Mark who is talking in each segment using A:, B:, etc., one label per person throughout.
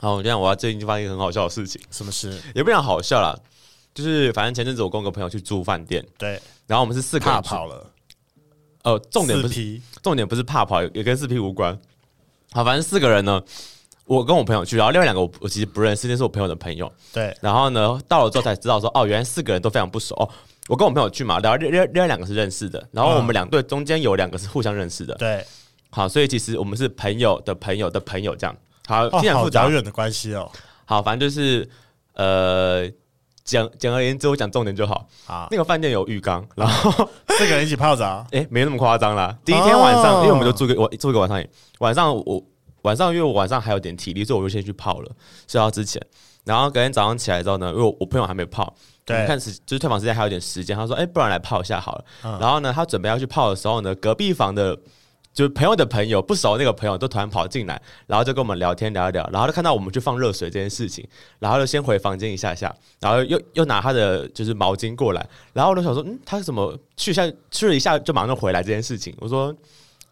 A: 好，我就讲我最近就发现一个很好笑的事情，
B: 什么事？
A: 也不讲好笑啦，就是反正前阵子我跟我个朋友去住饭店，
B: 对，
A: 然后我们是四个人
B: 怕
A: 去，
B: 跑了，
A: 呃，重点不
B: 四
A: 是
B: 批
A: 重点不是怕跑，也跟四 P 无关。好，反正四个人呢，我跟我朋友去，然后另外两个我我其实不认识，那是我朋友的朋友。
B: 对
A: 然后呢，到了之后才知道说，哦，原来四个人都非常不熟。哦，我跟我朋友去嘛，然后另另另外两个是认识的，然后我
B: 嗯
A: 们两队中间有两个是互相认识的。
B: 对，
A: 好，所以其实我们是朋友的朋友的朋友这样。好，
B: 哦
A: 听起，来
B: 好
A: 复杂。
B: 遥远的关系哦。
A: 好，反正就是呃，简简而言之，我讲重点就好。
B: 啊，
A: 那个饭店有浴缸，然后
B: 四个人一起泡澡，
A: 哎、没那么夸张啦。第一天晚上，
B: 哦
A: 因为我们就住个我住一个晚上而已，晚上我晚上因为我晚上还有点体力，所以我就先去泡了，睡到之前。然后隔天早上起来之后呢，因为我我朋友还没泡，
B: 对
A: 我们看时就是退房时间还有点时间，他说：“哎、不然来泡一下好了。
B: 嗯
A: 然后呢，他准备要去泡的时候呢，隔壁房的就是朋友的朋友不熟那个朋友都突然跑进来，然后就跟我们聊天聊一聊，然后就看到我们去放热水这件事情，然后就先回房间一下下，然后又又拿他的就是毛巾过来，然后我就想说，嗯，他怎么去一下去了一下就马上回来这件事情，我说。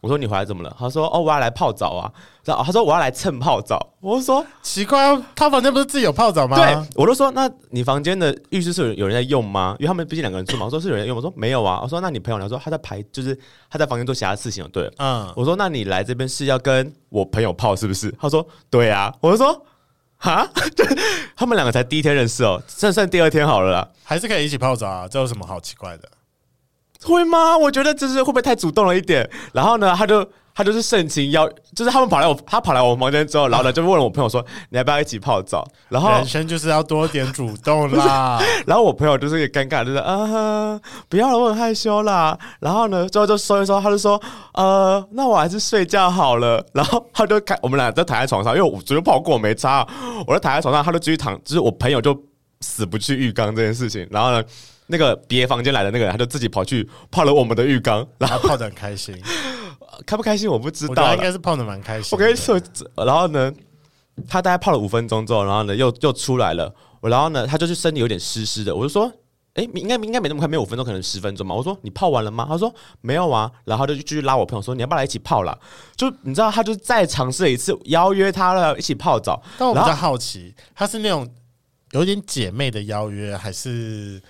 A: 我说你回来怎么了？他说哦，我要来泡澡啊。然后他说我要来蹭泡澡。我就说
B: 奇怪哦，他房间不是自己有泡澡吗？
A: 对，我就说，那你房间的浴室是有有人在用吗？因为他们毕竟两个人住嘛，我说是有人在用，我说没有啊。我说那你朋友呢？他说他在排，就是他在房间做其他事情，对了。
B: 嗯，
A: 我说那你来这边是要跟我朋友泡是不是？他说对啊。我就说哈， 他们两个才第一天认识哦，算算第二天好了啦。
B: 还是可以一起泡澡啊，这有什么好奇怪的？
A: 会吗？我觉得就是会不会太主动了一点？然后呢，他就他就是盛情邀，就是他们跑来我他跑来我房间之后，然后呢就问了我朋友说你要不要一起泡澡？然后
B: 人生就是要多点主动啦。
A: 然后我朋友哦就是也尴尬，就是啊，哈，不要了，我很害羞啦。然后呢，最后就收一收，他就说，呃，那我还是睡觉好了。然后他就开，我们俩就躺在床上，因为我昨天泡过没擦，我就躺在床上，他就继续躺，就是我朋友就死不去浴缸这件事情。然后呢，那个别房间来的那个人，他就自己跑去泡了我们的浴缸，然
B: 然后泡的很开心，
A: 后开不开心我不 知
B: 我觉得
A: 道
B: 他
A: 啦
B: 应该是泡的蛮开心
A: 我
B: 的。
A: 跟你说，然后呢，他大概泡了五分钟之后，然后呢又又出来了，我然后呢他就是身体有点湿湿的，我就说。哎、应该应该没那么快，没有五分钟，可能十分钟嘛。我说你泡完了吗？他说没有啊，然后他就继续拉我朋友说你要不要来一起泡啦？就你知道，他就再尝试了一次邀约他了，一起泡澡。
B: 但我比
A: 然后
B: 较好奇，他是那种有点姐妹的邀约，还是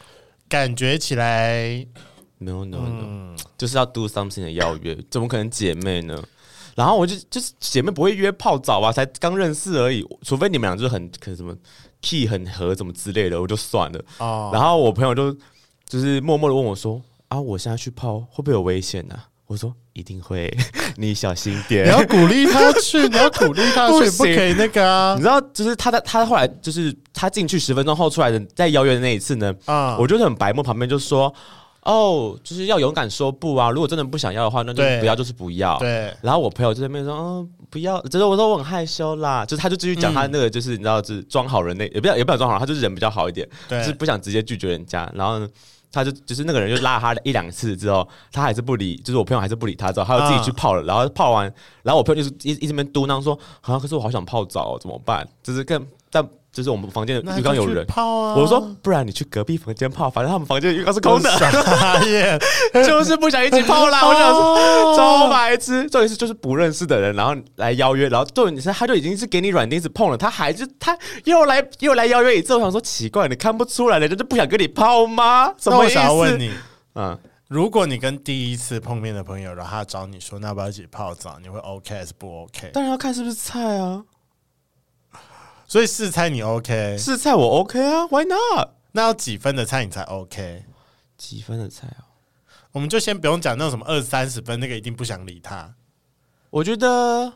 B: 感觉 起来
A: no no no，、就是要 do something 的邀约， 怎么可能姐妹呢？然后我就就是姐妹不会约泡澡啊，才刚认识而已，除非你们俩就是很可能什么 key 很合怎么之类的，我就算了。
B: 哦，
A: 然后我朋友就就是默默的问我说：“啊，我现在去泡会不会有危险呢、啊我说：“一定会， 你小心点
B: 你。要鼓励他去，你要鼓励他
A: 不
B: 去，
A: 行
B: 不可以那个”啊
A: 你知道，就是他在他后来就是他进去十分钟后出来的，在邀约的那一次呢，
B: 啊！
A: 我就是很白目，旁边就说：“哦，就是要勇敢说不啊！如果真的不想要的话，那就
B: 对
A: 不要，就是不要。”
B: 对，
A: 然后我朋友就在那边说：“嗯，不要。”就是我说我很害羞啦，就是他就继续讲他
B: 嗯
A: 那个，就是、你知道，就是装好人那也不要也不想装好人，他就是人比较好一点，
B: 对
A: 就是不想直接拒绝人家。然后呢，他就就是那个人就拉他一两次之后，他还是不理，就是我朋友还是不理他，之后他就自己去
B: 啊
A: 泡了。然后泡完，然后我朋友就是一一直在那边嘟囔说：“啊，可是我好想泡澡、哦，怎么办？”就是跟但就是我们房间的
B: 那
A: 浴缸有
B: 就去
A: 人。
B: 泡啊！
A: 我说，不然你去隔壁房间泡，反正他们房间的浴缸是
B: 我
A: 空的。
B: 傻 眼，
A: 就是不想一起泡啦。我想
B: 哦
A: 说，超白痴。重点是就是不认识的人，然后来邀约，然后重点是他就已经是给你软钉子碰了，他还是他又来又来邀约一次。我想说奇怪，你看不出来人家就不想跟你泡吗？什
B: 那
A: 么
B: 我
A: 意思？
B: 想要问你，
A: 嗯，
B: 如果你跟第一次碰面的朋友，然后他找你说那要不要一起泡澡，你会 OK 还是不 OK？
A: 当然要看是不是菜啊，
B: 所以试菜你 OK，
A: 是菜我 OK 啊，Why not？
B: 那要几分的菜你才 OK？
A: 几分的菜啊？
B: 我们就先不用讲那种什么二三十分，那个一定不想理他。
A: 我觉得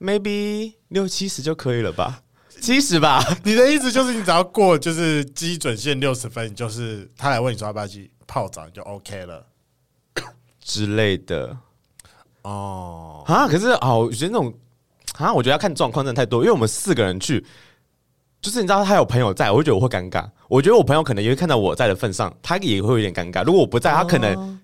A: maybe 六七十就可以了吧，七十吧。
B: 你的意思就是你只要过就是基准线六十分，你就是他来问你说要不要去泡澡，你就 OK 了。
A: 之类的
B: 哦，
A: 啊。可是啊，我觉得那种啊，我觉得要看状况真的太多，因为我们四个人去，就是你知道他有朋友在，我会觉得我会尴尬。我觉得我朋友可能也会看到我在的份上，他也会有点尴尬。如果我不在，他可能、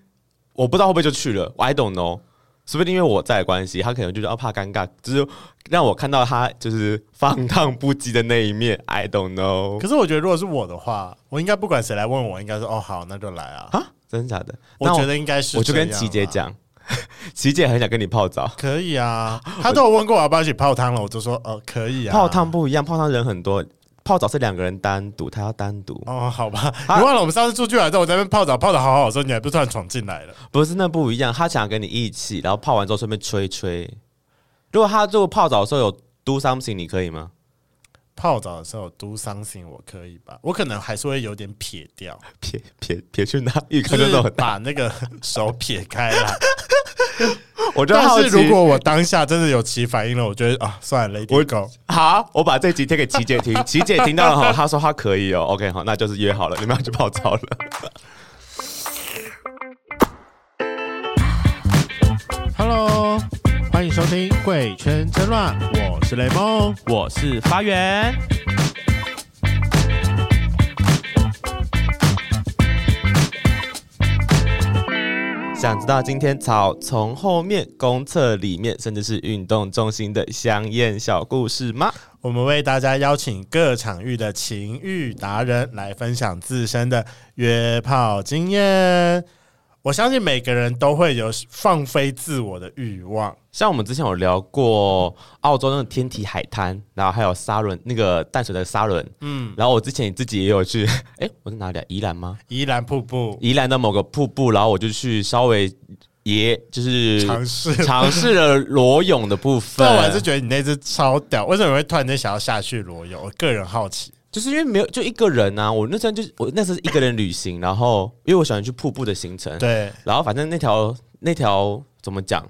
A: 我不知道会不会就去了，I don't know。说不定因为我在的关系，他可能就是要哦怕尴尬，就是让我看到他就是放荡不羁的那一面。I don't know
B: 可是我觉得如果是我的话，我应该不管谁来问我，应该说哦好，那就来啊。
A: 啊，真的假的？
B: 我
A: 那
B: 觉得应该是
A: 我就跟
B: 这样
A: 琪姐
B: 啦
A: 讲， 琪姐很想跟你泡澡，
B: 可以啊，他都有问过我要不要一起泡汤了，我就说呃可以啊。
A: 泡汤不一样，泡汤人很多，泡澡是两个人单独，他要单独，
B: 哦，好吧，
A: 啊
B: 你忘了我们上次出去玩之后，我在那边泡澡泡的好好的时候，你还不是突然闯进来了？
A: 不是那不一样，他想跟你一起，然后泡完之后顺便吹吹。如果他做泡澡的时候有 do something，你可以吗？
B: 泡澡的时候 do something 我可以吧？我可能还是会有点撇掉，
A: 撇撇撇去哪？浴
B: 就
A: 缸就是种，
B: 把那个手撇开了。
A: 我 就好
B: 但
A: 奇
B: 是如果我当下真的有起反应了，我觉得啊，算了，let it go。
A: 好，我把这集贴给琪姐听，琪姐听到了哈，她说她可以哦。OK，好，那就是约好了，你们要去泡澡了。
B: Hello，欢迎收听《贵圈争乱》，我是雷梦。
C: 我是发源，
A: 想知道今天草丛后面、公厕里面，甚至是运动中心的香艳小故事吗？
B: 我们为大家邀请各场域的情欲达人来分享自身的约炮经验。我相信每个人都会有放飞自我的欲望。
A: 像我们之前有聊过澳洲那个天体海滩，然后还有沙伦那个淡水的沙伦，嗯，然后我之前自己也有去， 哎、我是哪里、啊？宜兰吗？
B: 宜兰瀑布
A: 宜兰的某个瀑布，然后我就去稍微也就是
B: 尝试，
A: 尝试了裸泳的部分，
B: 但我还是觉得你那只超屌。为什么会突然间想要下去裸泳？我个人好奇。
A: 就是因为没有就一个人啊，我那时候就是我那时候是一个人旅行，然后因为我喜欢去瀑布的行程，
B: 对，
A: 然后反正那条那条怎么讲，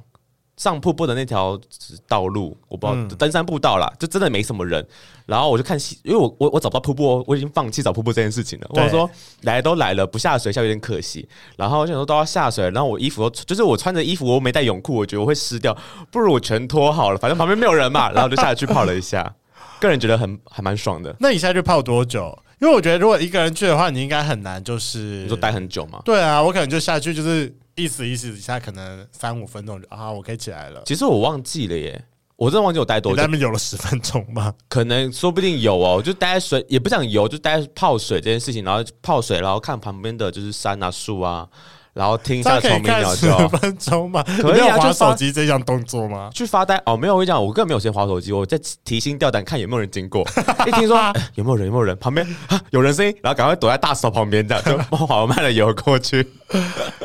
A: 上瀑布的那条道路，我不知道、
B: 嗯
A: 登山步道啦，就真的没什么人。然后我就看戏，因为我我我找不到瀑布哦，我已经放弃找瀑布这件事情了。
B: 对
A: 我说来都来了，不下水下有点可惜。然后我想说都要下水，然后我衣服都就是我穿着衣服，我没带泳裤，我觉得我会湿掉，不如我全脱好了，反正旁边没有人嘛，然后就下去泡了一 下。个人觉得很还蛮爽的。
B: 那你下去泡多久？因为我觉得如果一个人去的话，你应该很难，就是
A: 你说待很久吗？
B: 对啊，我可能就下去就是意思意思一下，可能三五分钟就啊，我可以起来了。
A: 其实我忘记了耶，我真的忘记我待多
B: 你
A: 久
B: 在那。边有了十分钟吗？
A: 可能说不定有哦，就待在水，也不讲游，就待在泡水这件事情，然后泡水，然后看旁边的就是山啊、树啊，然后听一
B: 这
A: 下
B: 样可
A: 虫
B: 以
A: 鸣
B: 看
A: 鸟
B: 十
A: 叫，
B: 分钟吗？你
A: 以啊
B: 没有划
A: 就发
B: 手机这项动作吗？
A: 去发呆。哦，没有，我跟你讲，我根本没有先划手机，我在提心吊胆看有没有人经过，一 听说、哎有没有人，有没有人，旁边、啊、有人声音，然后赶快躲在大石头旁边，这样 就缓慢的游过去。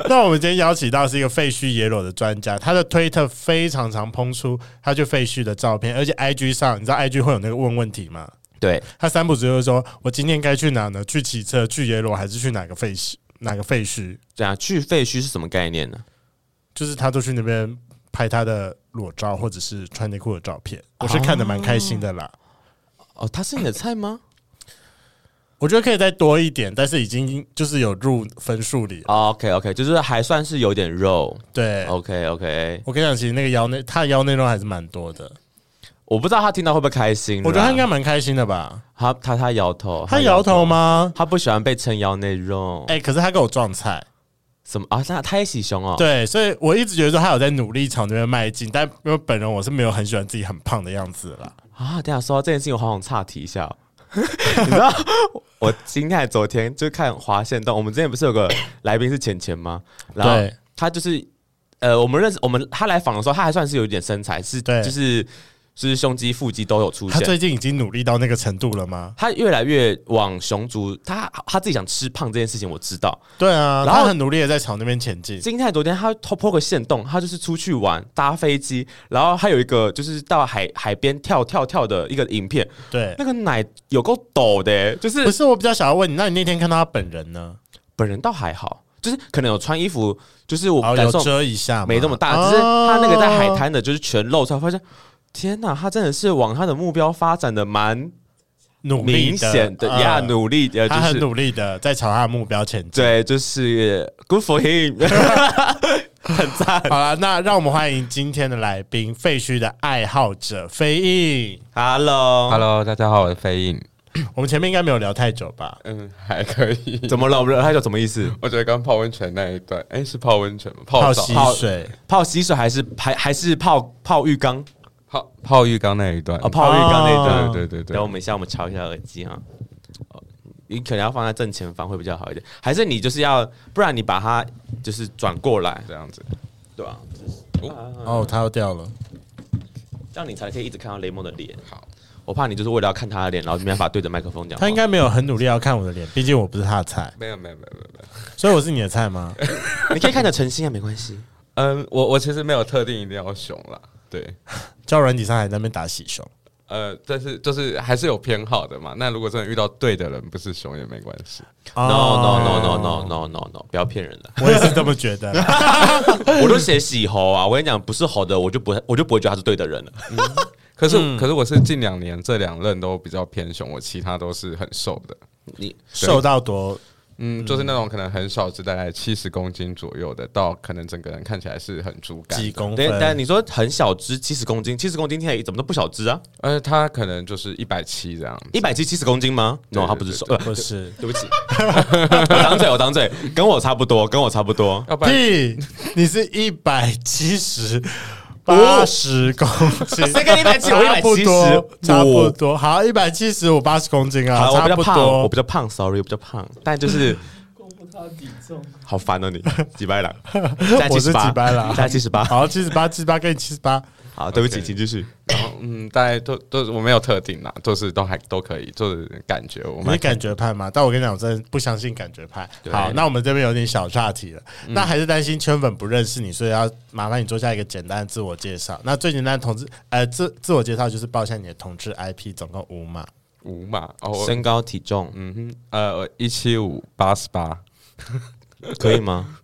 B: 那我们今天邀请到是一个废墟野裸的专家，他的推特非常常喷出他去废墟的照片，而且 IG 上你知道 IG 会有那个问问题吗？
A: 对，
B: 他三不时就会说：“我今天该去哪呢？去骑车，去野裸，还是去哪个废墟？哪个废墟
A: 这样去废墟是什么概念呢？？”
B: 就是他都去那边拍他的裸照或者是穿内裤的照片，我是看的蛮开心的啦。
A: 哦，它是你的菜吗？
B: 我觉得可以再多一点，但是已经就是有入分数里了。
A: 哦，OK 哦 OK，就是还算是有点肉。
B: 对，
A: OK OK，
B: 我跟你讲，其实那个腰内，他的腰内肉还是蛮多的。
A: 我不知道他听到会不会开心啦。
B: 我觉得他应该蛮开心的吧？
A: 他他哦他摇头，
B: 他摇头吗？
A: 他不喜欢被撑腰内容。
B: 哎、可是他跟我撞菜，
A: 什么啊？那他也喜熊哦。，
B: 对，所以我一直觉得说他有在努力朝那边迈进，但因为本人我是没有很喜欢自己很胖的样子啦。
A: 啊，等一下说到这件事情，我好想岔题一下 哦、你知道，我今天还昨天就看华盛顿，我们之前不是有 个来宾是浅浅吗？然后
B: 对
A: 他就是呃，我们认识我们他来访的时候，他还算是有一点身材，是
B: 对
A: 就是就是胸肌、腹肌都有出
B: 他
A: 现。
B: 最近已经努力到那个程度了吗？
A: 他越来越往熊族，他他自己想吃胖这件事情我知道。
B: 对啊，
A: 然后
B: 他很努力的在朝那边前进。
A: 金泰昨天他偷破个线洞，他就是出去玩搭飞机，然后还有一个就是到海海边跳跳跳的一个影片，
B: 对，
A: 那个奶有够陡的、欸，就
B: 不
A: 是
B: 是我比较想要问你，那你那天看到他本人呢？
A: 本人倒还好，就是可能有穿衣服，就是我
B: 哦，
A: 感
B: 有
A: 受
B: 遮一啊下吗，哦
A: 没这么大，只是他那个在海滩的，就是全露出来，发现天哪，他真的是往他的目标发展的蛮
B: 努力
A: 明
B: 的
A: 显的呀，
B: 嗯
A: 努力的，
B: 他
A: 就
B: 很
A: 是
B: 努力的在朝他的目标前进。
A: 对，就是 good for him，
B: 好了，那让我们欢迎今天的来宾——废墟的爱好者飞印。
A: Hello，
C: Hello，大家好，我是飞印。
B: 我们前面应该没有聊太久吧？
D: 嗯，还可以。
A: 怎么了？我们他有什么意思？
D: 我觉得刚泡温泉那一段，哎、是泡温泉吗？
A: 哦
D: 泡
B: 泡
D: 澡
B: 溪水，
A: 泡洗手还是还还是泡泡浴缸
D: 泡泡浴缸那一段。
A: 啊？泡浴缸那
B: 哦
A: 段，
D: 对对对
A: 等我
D: 对，
A: 们一下，我们调一下耳机哈。哦你可能要放在正前方会比较好一点，还是你就是要，不然你把它就是转过来，
D: 这样子。
A: 对吧、
B: 哦，它又掉了。
A: 这样你才可以一直看到雷蒙的脸。
D: 好，
A: 我怕你就是为了要看他的脸，然后没办法对着麦克风讲话。
B: 他应该没有很努力要看我的脸，毕竟我不是他的菜，
D: 没有没有没有没有没有。
B: 所以我是你的 菜吗？
A: 你可以看着诚心啊，没关系。
D: 嗯，我我其实没有特定一定要熊啦，对，
B: 叫软体上还在那边打洗胸，
D: 呃，但是就是还是有偏好的嘛。那如果真的遇到对的人，不是熊也没关系。
A: No no no
B: 哦
A: no no no no no，不要骗人了。
B: 我也是这么觉得啦。
A: 我都写喜猴啊，我跟你讲，不是猴的，我就不我就不会觉得他是对的人了。
D: 可是、可是我是近两年这两任都比较偏熊，我其他都是很瘦的。
A: 你
B: 瘦到多
D: 嗯，就是那种可能很少，只大概七十公斤左右的，到可能整个人看起来是很猪感
B: 几
D: 的，
B: 公
A: 但但
B: 分？
A: 你说很小只，七十公斤，七十公斤听起来怎么都不小只啊？
D: 而且他可能就是一百七这样。
A: 一百七七十公斤吗？no，
D: 对
A: 他不是瘦，
D: 对
A: 呃
B: 不是
A: 对不起， 我挡嘴，我挡嘴，跟我差不多，跟我差不多。
D: 要不 然
B: 屁，你是一百七十八十公斤，
A: 谁跟你170我
B: 差不多
A: 175
B: 差不多。好，一百七十五八十公斤啊，
A: 好，我比
B: 差
A: 较
B: 不
A: 胖，我
B: 多
A: 比。较胖，sorry，我比较胖，但就是。公布他的体重，好烦哦你！几百了，加
B: 我
A: 七
B: 是
A: 十八，
B: 几百 啦
A: 加七十八。
B: 好，七十八七十八跟你七十八，
A: 好，对不起，
D: OK
A: 请继续。
D: 然后嗯，大概都都我没有特定啦，就是都还都可以，就是感觉我
B: 你是
D: 们
B: 感觉派吗？但我跟你讲，我真的不相信感觉派。
D: 对
B: 好，那我们这边有点小岔题了，
A: 嗯
B: 那还是担心圈粉不认识你，所以要麻烦你做下一个简单的自我介绍。那最简单的同志，呃，自自我介绍就是报一下你的同志 IP，总共五码。
D: 五码哦，我
A: 身高体重
D: 嗯哼，呃，一七五八十八，
A: 可以吗？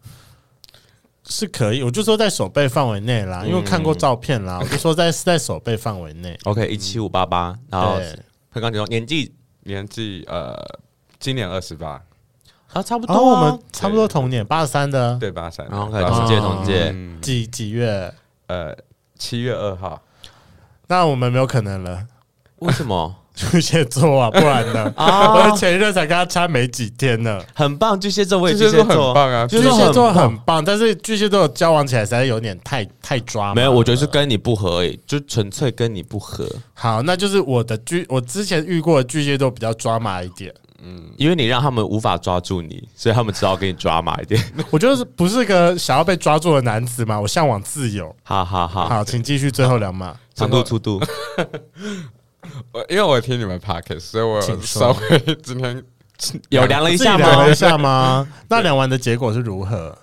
B: 是可以，我就说在手背范围内
A: 嗯
B: 啦，因为我看过照 片啦，我就说在是在手背范围内。
A: OK，一七五八八，然后
B: 嗯对
A: 身高体重年纪
D: 年纪呃，今年二十八，
A: 啊差不多
B: 然后哦我
A: 啊
B: 们啊差不多同年，八十三的，
D: 对八三，
A: 然后
D: 83
A: 同届同届，
D: 嗯
B: 几几月？
D: 呃，七月二号，
B: 那我们没有可能了，
A: 为什么？
B: 巨蟹 座啊，不然呢？
A: 啊
B: 我的前任才跟他差没几天呢。
A: 很棒，巨蟹座我也
D: 巨蟹座
A: 蟹
D: 很棒啊
A: 巨
B: 巨蟹
A: 蟹
B: 座
A: 座
B: 很棒，但是巨蟹座交往起来实在有点太太抓马。
A: 没有，我觉得是跟你不合而已，就纯粹跟你不合，
B: 好，那就是我的巨，我之前遇过的巨蟹座比较抓马一点，
A: 因为你让他们无法抓住你，所以他们只好给你抓马一点。
B: 我就是不是个想要被抓住的男子嘛，我向往自由。
A: 好好好，
B: 好，请继续最后两码。
A: 长度粗度，
D: 我因为我听你们 podcast，所以我有
B: 请说
D: 稍微今天
A: 有量了一下
B: 哦自己量
A: 吗
B: 了 一？下吗？那量完的结果是如何？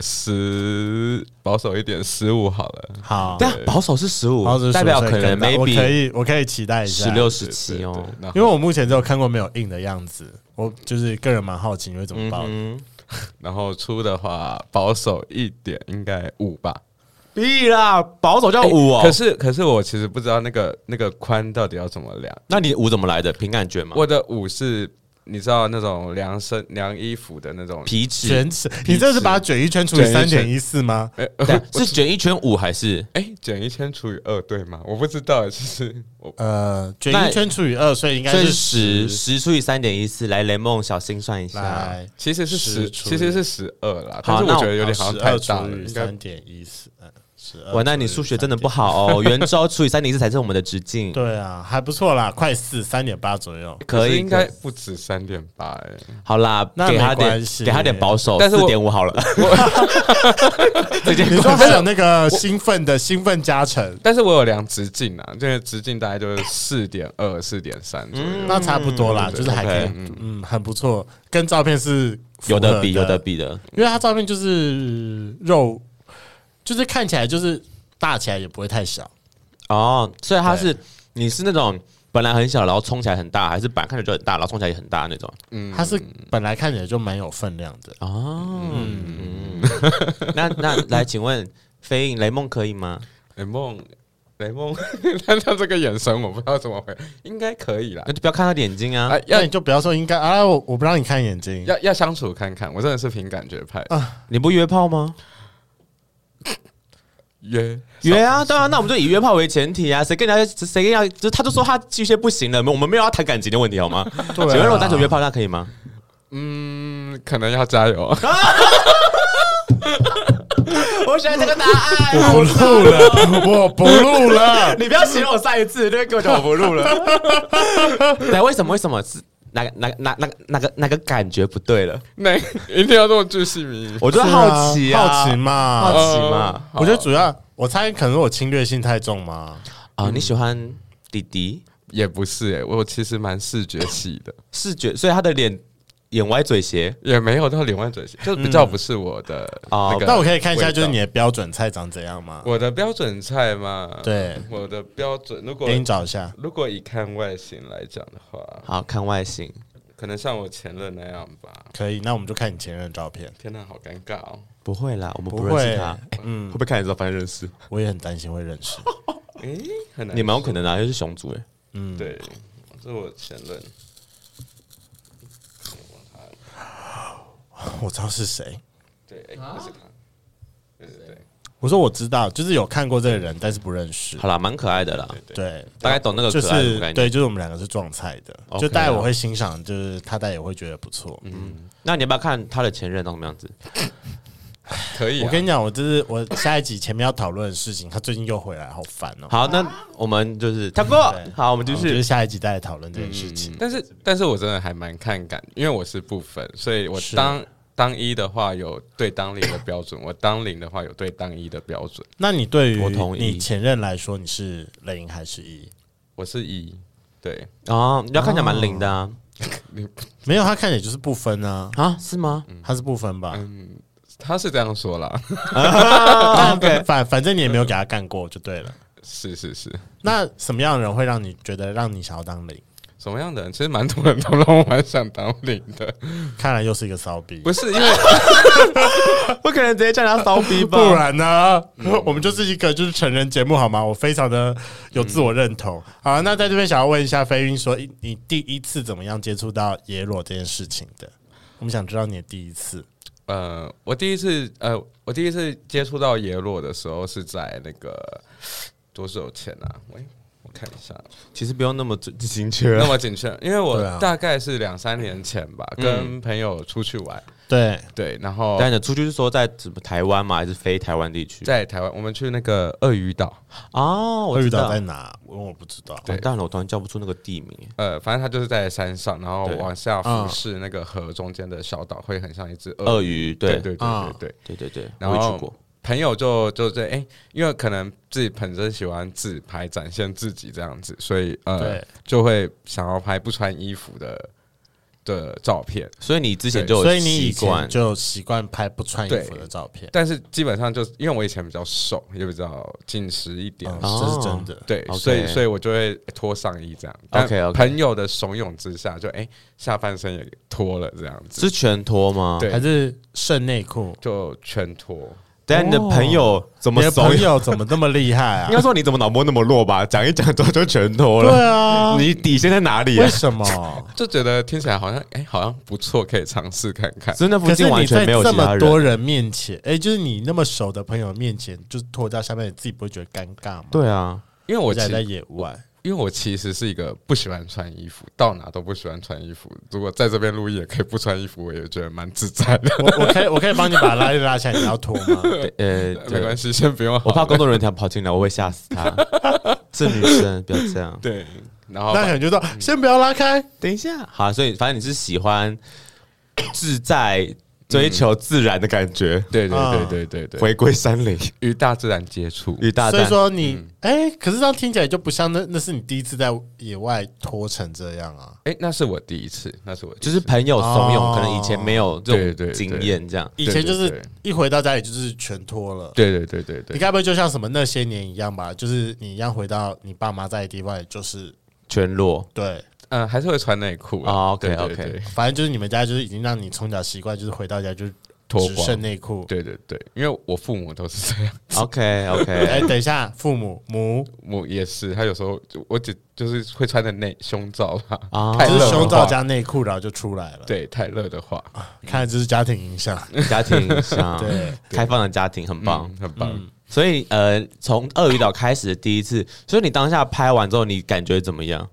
D: 十保守一点，十五好了。
B: 好，
A: 对啊，保守是十五
B: 然后是，
A: 代表可能
B: 我可
A: maybe
B: 以，我可以期待一下
A: 十六、
D: 对
A: 十七哦。，
D: 对对
B: 因为
D: 然后
B: 我目前只有看过没有硬的样子，我就是个人蛮好奇你会怎么报的。
A: 嗯，
D: 然后出的话保守一点，应该五吧。
A: 必啦，保守叫五
D: 可
A: 哦。
D: 是可是我其实不知道那个那个宽到底要怎么量。
A: 那你五怎么来的？凭感觉吗？
D: 我的五是你知道那种量身量衣服的那种，
A: 皮尺
B: 卷尺，你这是把卷一圈除以三
D: 卷一
B: 点
D: 圈
B: 一四吗？
D: 哎、
A: 对啊是卷一圈五还是？
D: 哎、减一千除以二对吗？我不知道，其实 我
B: 呃，卷
A: 那
B: 一圈除以二，所以应该
A: 所以
B: 是
A: 十十除以三点一四，来雷梦小心算一下。
B: 来，
D: 其实是
B: 十
D: 十，
B: 除以
D: 其实是十二啦，
A: 好
D: 但是我
A: 那我
D: 觉得有点好像太大
B: 12除
D: 了，
B: 以
D: 应该
B: 三点一四，嗯，十二。
A: 哇，那你数学真的不？好哦，圆周除以三点一四才是我们的直径。
B: 对啊，还不错啦，快四，三点八左右。
A: 可
D: 是
A: 以，
D: 应该
A: 可以
D: 不止三点八哎。
A: 好啦，
B: 那
A: 给
B: 没
A: 他点
B: 关系，
A: 给他点保守，
D: 但是我
A: 四点五好 了。直接
B: 你说还有那个兴奋的兴奋加成，
D: 但是我有量直径啊，这个直径大概就是四点二、四点三左右。
B: 那差不多啦，
D: 嗯
B: 就是还可以
A: OK，
B: 嗯，很不错，跟照片是符
A: 有
B: 合
A: 的比，有的，比的，
B: 因为他照片就是肉，就是看起来就是大起来也不会太小，
A: 哦，所以他是你是那种本来很小，然后冲起来很大，还是本来看着就很大，然后冲起来也很大那种？
D: 嗯，
B: 他是本来看起来就蛮有分量的。
A: 哦，嗯， 那那来，请问飞影雷梦可以吗？
D: 雷梦，雷梦， 他他这个眼神我不知道怎么回，应该可以啦
A: 那。就不要看他的眼睛啊
D: 啊，，
B: 那
D: 要
B: 你就不要说应该啊，我我不让你啊看眼睛，
D: 要要相处看看，我真的是凭感觉派
A: 你不约炮吗？
D: 约
A: 约啊，当然，那我们就以约炮为前提啊，谁跟人家谁跟人家，就他就说他巨蟹不行了，我们没有要谈感情的问题好吗？
B: 对啊
A: 请问如果单纯约炮，那可以吗？
D: 嗯，可能要加油。
A: 我喜欢这个答案，
B: 我不录了，我不录了。
A: 你不要形容我上一次，就会给我讲我不录了。对，为什么？为什么是？哪哪哪哪哪个哪个感觉不对了，
D: 那一定要这么巨细迷？
A: 我就好奇啊，
B: 好奇嘛，
A: 好奇
D: 呃
A: 嘛
B: 我觉得主要，我猜可能我侵略性太重嘛。
A: 啊，你喜欢弟弟
D: 也不是哎、我其实蛮视觉系的，
A: 视觉，所以他的脸眼歪嘴斜
D: 也没有到脸弯嘴型，就比较不是我的
A: 哦
D: 那个。
B: 嗯那我可以看一下，就是你的标准菜长怎样吗？
D: 我的标准菜嘛，，
B: 对，
D: 我的标准如果
B: 给你找一下。
D: 如果以看外形来讲的话，
A: 好看外形，
D: 可能像我前任那样吧。
B: 可以，那我们就看你前任的照片。
D: 天哪，好尴尬哦！
A: 不会啦，我们
B: 不
A: 不
B: 会嗯
A: 认识他，哎会不会看你之后发现认识？
B: 我也很担心会认识。
D: 诶、很难。
A: 你蛮有可能啊，就是熊族哎，
B: 嗯，
D: 对，这是我前任。
B: 我知道是谁。
D: 对，诶就是他。对对对，
B: 我说我知道，就是有看过这个人，但是不认识。
A: 好啦，蛮可爱的啦，
B: 对，
A: 大概懂那个
B: 就
A: 可爱的
B: 是
A: 概念。
B: 对，就是我们两个是撞菜的，
A: OK 嗯
B: 就大概我会欣赏，就是他大概也会觉得不错。
A: 那你要不要看他的前任长什么样子？
D: 可以、啊。
B: 我跟你讲，我这是我下一集前面要讨论的事情，他最近又回来，好烦哦。
A: 好，那我们就是跳过
B: 对，
A: 好，我们
B: 就
A: 就是嗯是
B: 下一集再来讨论这件
D: 嗯
B: 事情。
D: 但是，但是我真的还蛮看感，因为我是不分，所以我
B: 是
D: 当当一的话有对当零的标准，我当零的话有对当一的标准。
B: 那你对于
A: 我同意
B: 你前任来说，你是零还是 E？一？
D: 我是一，对，
A: 哦，你要看起来蛮灵的啊
B: 没有，他看起来就是不分啊，
A: 啊，是吗
B: 他是不分吧？
A: 嗯
D: 嗯他是这样说啦，
B: 但反反正你也没有给他干过，就对
A: 嗯
B: 了。
D: 是是是，
B: 那什么样的人会让你觉得让你想要当零？
D: 什么样的人？其实蛮多人都让我蛮想当零的，
B: 看来又是一个骚逼，
D: 不是因为
A: 不可能直接叫人家骚逼 吧？
B: 不然呢？我们就是一个就是成人节目好吗？我非常的有自我认同。好，那在这边想要问一下飞云说，你你第一次怎么样接触到野裸这件事情的？我们想知道你的第一次。
D: 呃，我第一次呃，我第一次接触到耶洛的时候是在那个多久前啊？喂，我看一下，
A: 其实不用那么精精 确
D: 那么准确，因为
B: 对
D: 我
B: 啊
D: 大概是两三年前吧，跟朋友出去玩，
B: 对，
D: 对，然后
A: 但你出去是说在什么台湾吗？还是非台湾地区？
D: 在台湾，我们去那个鳄鱼岛，
A: 哦，我
B: 会
A: 知
B: 遇到
A: 道
B: 在。哪？我我不知道。
A: 完蛋了，我突然叫不出那个地名。
D: 呃，反正它就是在山上，然后
A: 对
D: 往下俯视那个河中间的小岛，会很像一只鳄
A: 鳄
D: 鱼。
A: 鱼，
D: 对
A: 对
D: 对对对
B: 嗯
D: 对。
A: 对对对，
D: 然
A: 我也
D: 后
A: 去过。
D: 朋友就就这哎、因为可能自己本身喜欢自拍展现自己这样子，所以呃
B: 对，
D: 就会想要拍不穿衣服的的照片。
A: 所以你之前就有
B: 所以你以
A: 习惯
B: 前就习惯拍不穿衣服的照片，
D: 但是基本上就是因为我以前比较瘦，也比较紧实一点，
B: 嗯，
A: 哦
B: 这是真的。
D: 对
A: OK
D: 所以所以我就会脱上衣这样。但
A: OK，OK
D: 朋友的怂恿之下，就哎、下半身也脱了这样子，
A: 是全脱吗？
D: 对
B: 还是剩内裤？
D: 就全脱。
A: 等一下你的朋友怎
B: 你
A: 么
B: 的
A: 怂
B: 朋
A: 恿？
B: 友怎么这么厉害 啊
A: 应？该说你怎么脑波那么弱吧？讲一讲之后就全脱
B: 对
A: 了。
B: 啊，
A: 你底线在哪里 啊
B: 为？什么？
D: 就觉得听起来好像哎、好像不错，可以尝试看看。
A: 真的附
B: 可是
A: 近完
B: 你在
A: 全没有
B: 这
A: 其他
B: 么多
A: 人。
B: 人面前，哎、就是你那么熟的朋友面前，就是脱掉下面，你自己不会觉得尴尬吗？，
A: 对啊，
D: 因为我
B: 我
D: 其
B: 在
D: 实
B: 在野外，
D: 因为我其实是一个不喜欢穿衣服，到哪都不喜欢穿衣服。如果在这边录音也可以不穿衣服，我也觉得蛮自在的。
B: 我我可以我可以帮你把拉链拉起来，你要脱 吗？
A: 呃，
D: 没
A: 对哦
D: 关系，先不用好了。
A: 我怕工作人员跑进来，我会吓死 他。是女生，不要这样。
D: 对，然后
B: 那可能就说先不要拉开，
A: 等一下，好，所以反正你是喜欢自在、追求自然的感觉，
D: 对对
B: 啊
D: 对对对对，
A: 回嗯归山林
D: 与大自然接触。
A: 与大
B: 所以
A: 战。
B: 说你哎、可是这样听起来就不像那那是你第一次在野外脱成这样啊。
D: 哎，那是我第一次，那是我第一
A: 就
D: 次
A: 是朋友怂恿，
B: 哦
A: 可能以前没有这
D: 对对
A: 种
D: 对
A: 经验，这样
B: 以前就
D: 对
B: 是
D: 对对
B: 一回到家里就是全脱了，
D: 对对对对
B: 你
D: 对，
B: 该不会就像什么那些年一样吧？就是你一样回到你爸妈在的地方，也就是
A: 全裸。
B: 对，
D: 嗯，还是会穿内裤
A: 哦
D: 啊。
A: ，OK，
D: 对对
A: OK
D: 对
B: 反正就是你们家就是已经让你从小习惯，就是回到家就是
D: 脱
B: 只剩
D: 光。
B: 内裤。
D: 对对对，因为我父母都是这样，
A: OK
B: 哎、
A: OK，
B: 等一下，父母母
D: 我也是。他有时候就我姐就是会穿的内胸罩啦，
A: 啊
D: 太
B: 就
D: 热
B: 是
D: 的
B: 胸罩
D: 话
B: 加内裤，然后就出来了。，
D: 对，太热的话，
B: 看来这是家庭影响。
A: 家庭影响，
B: 对，
A: 开放的家庭很棒。
D: 嗯，很棒。
A: 所以呃，从鳄鱼岛开始的第一次，所以你当下拍完之后，你感觉怎么样？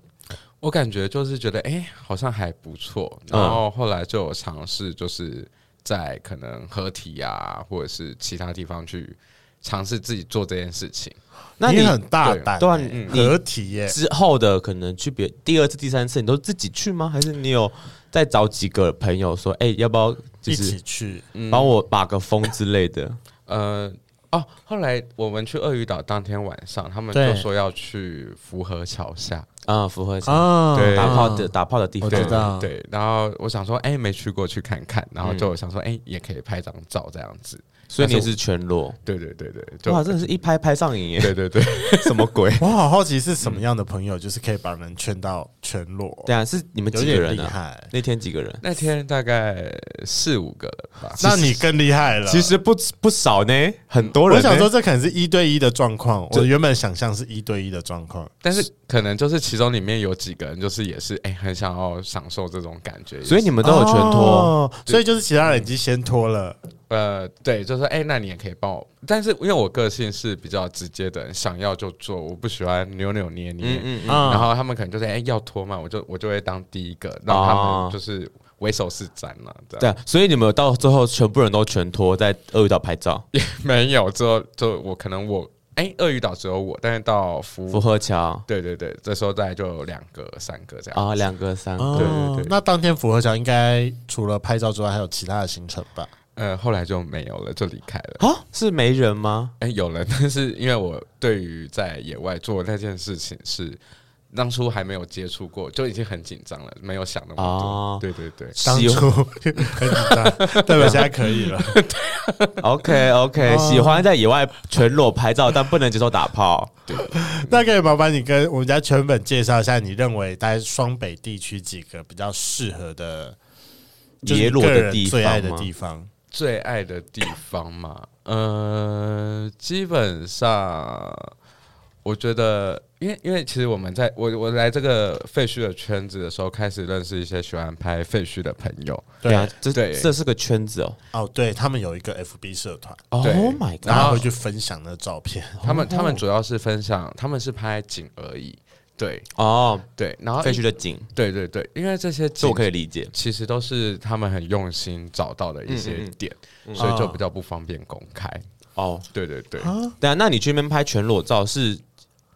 D: 我感觉就是觉得，哎、好像还不错。
B: 嗯
D: 然后后来就有尝试，就是在可能合体啊，或者是其他地方去尝试自己做这件事情。
A: 那
B: 你
A: 你
B: 很大胆、
A: 对啊，
B: 欸
A: 你
B: 合
A: 你
B: 体耶、
A: 之后的可能去别第二次、第三次，你都自己去吗？还是你有再找几个朋友说，哎、要不要就
B: 一起
A: 是嗯
B: 去。
A: 帮我把个风之类的？
D: 呃，哦，后来我们去鳄鱼岛当天晚上，他们
B: 对
D: 就说要去福河桥下，
A: 啊，符合啊，
B: 啊，
D: 对
A: 打炮的打炮的地
B: 我
A: 方，
B: 知道
D: 对，然后我想说，哎、没去过去看看，然后
A: 嗯
D: 就想说，哎、也可以拍张照这样子。
A: 所以你也
D: 但是
A: 是全裸。
D: 对对对对，就
A: 哇，真的是一拍拍上瘾耶！
D: 对对 对，
A: 什么鬼？
B: 我好好奇是什么样的朋友，就是可以把人劝到全裸，
A: 对啊，是你们
B: 有
A: 几个
B: 点
A: 人
B: 厉
A: 啊？
B: 害。
A: 那天几个人？
D: 那天大概四五个了吧。
B: 那你更厉害了。
A: 其实不不少呢，很多人
B: 我
A: 呢。
B: 想说，这可能是一对一的状况。
A: 这
B: 我原本想象是一对一的状况，
D: 但是可能就是其中里面有几个人，就是也是哎、很想要享受这种感觉，
A: 所以你们都有全脱，
B: 哦，所以就是其他人已经先脱了。
D: 呃，对，就是哎、那你也可以帮我。但是因为我个性是比较直接的人，想要就做，我不喜欢扭扭捏
A: 嗯
D: 捏。
A: 嗯嗯，
B: 嗯
D: 然后他们可能就是哎、要脱嘛，我就我就会当第一个，让他
A: 哦
D: 们就是为首是瞻嘛，这
A: 对
D: 样。
A: 啊，所以你们有到最后全部人都全脱在鳄鱼岛拍照，
D: 没有，之后就我可能我哎、鳄鱼岛只有我，但是到福
A: 符合桥
D: 对对对，这时候大概就有两个三个这样。
A: 啊，两个三个，
D: 对对对
B: 哦那当天符合桥应该除了拍照之外，还有其他的行程吧？
D: 呃，后来就没有了，就离开了。
A: 啊，是没人吗？
D: 哎、有了， 但是因为我对于在野外做那件事情是当初还没有接触过，就已经很紧张了，没有想那么多。
A: 哦
D: 对对对，
B: 当
A: 喜
B: 初很紧张，代表现在可以了。
A: OK OK，喜欢在野外全裸拍照，但不能接受打炮。
B: 那可以麻烦你跟我们家全本介绍一下，你认为在双北地区几个比较适合的，就是
A: 野
B: 你
A: 裸
B: 个
A: 的
B: 人
A: 地
B: 最爱
A: 方
B: 的
A: 吗？
B: 地方。
D: 最爱的地方嘛，呃，基本上我觉得，因为因为其实我们在我我来这个废墟的圈子的时候，开始认识一些喜欢拍废墟的朋友。
A: 对啊，这
D: 对
A: 这是个圈子哦。
B: 哦，对他们有一个 FB 社团，
A: Oh
D: 对
A: my
B: 然
A: god！
B: 后会去分享那照片。
D: 他
A: 哦
D: 们他们主要是分享，他们是拍景而已。对
A: 哦，
D: 对，然后
A: 废墟的景，
D: 对对对，因为这些景
A: 这我可以理解。
D: 其实都是他们很用心找到的一些点，所以就比较不方便公开。
A: 哦，
D: 对对对，
A: 对啊，那你去那边拍全裸照是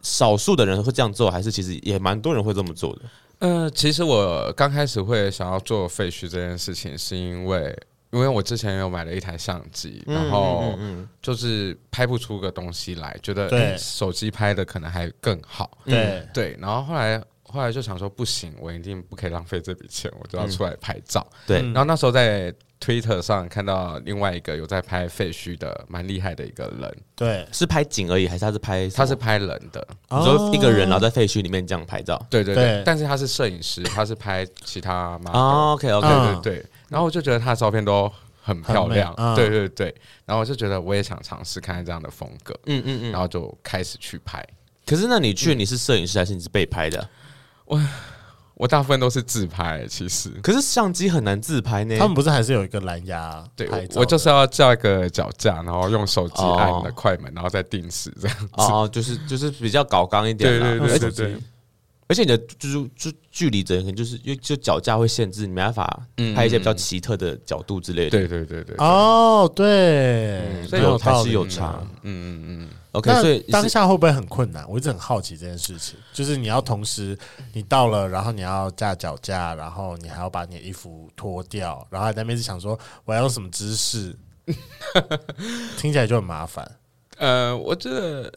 A: 少数的人会这样做，还是其实也蛮多人会这么做的？
D: 呃，其实我刚开始会想要做废墟这件事情，是因为因为我之前有买了一台相机，然后就是拍不出个东西来，觉得
B: 对
D: 诶手机拍的可能还更好。
A: 嗯
B: 对，
D: 对，然后后来后来就想说，不行，我一定不可以浪费这笔钱，我就要出来拍照。
A: 对
D: 然后那时候在 Twitter 上看到另外一个有在拍废墟的，蛮厉害的一个人，
B: 对，
A: 是拍景而已，还是他是拍什么？
D: 他是拍人的，
A: 你
B: 哦
A: 说一个人然啊后在废墟里面这样拍照
D: 对对对，
B: 对
D: 但是他是摄影师，他是拍其他嘛，
A: 啊？OK OK，
B: 嗯
D: 对对对，然后我就觉得他的照片都很漂亮，
B: 很美嗯
D: 对对对，然后我就觉得我也想尝试看看这样的风格，
A: 嗯嗯嗯。
D: 然后就开始去拍。
A: 可是那你去你是摄影师还是你是被拍的？
D: 我大部分都是自拍，其实
A: 可是相机很难自拍呢。
B: 他们不是还是有一个蓝牙
D: 对
B: 拍照
D: 我我就是要叫一个脚架，然后用手机
A: 哦
D: 按你的快门，然后再定时这样。
A: 哦哦，就是就是比较搞刚一点
D: 对
A: 啦。
D: 对对
A: 而
D: 对
A: 且
D: 对，
A: 而且你的就是就距离整个就是因为就脚架会限制，你没办法拍一些比较奇特的角度之类的。
D: 对对对对，
B: 哦，对，
A: 嗯所以
B: 有
A: 有还
B: 道
A: 是
B: 理
A: 有差。
D: 嗯嗯嗯，
A: OK，
B: 那
A: 所以
B: 当
A: 是
B: 下会不会很困难？我一直很好奇这件事情，就是你要同时你到了，然后你要架脚架，然后你还要把你的衣服脱掉，然后还在那边是想说我要用什么姿势， 听起来就很麻烦。
D: 呃，我觉得，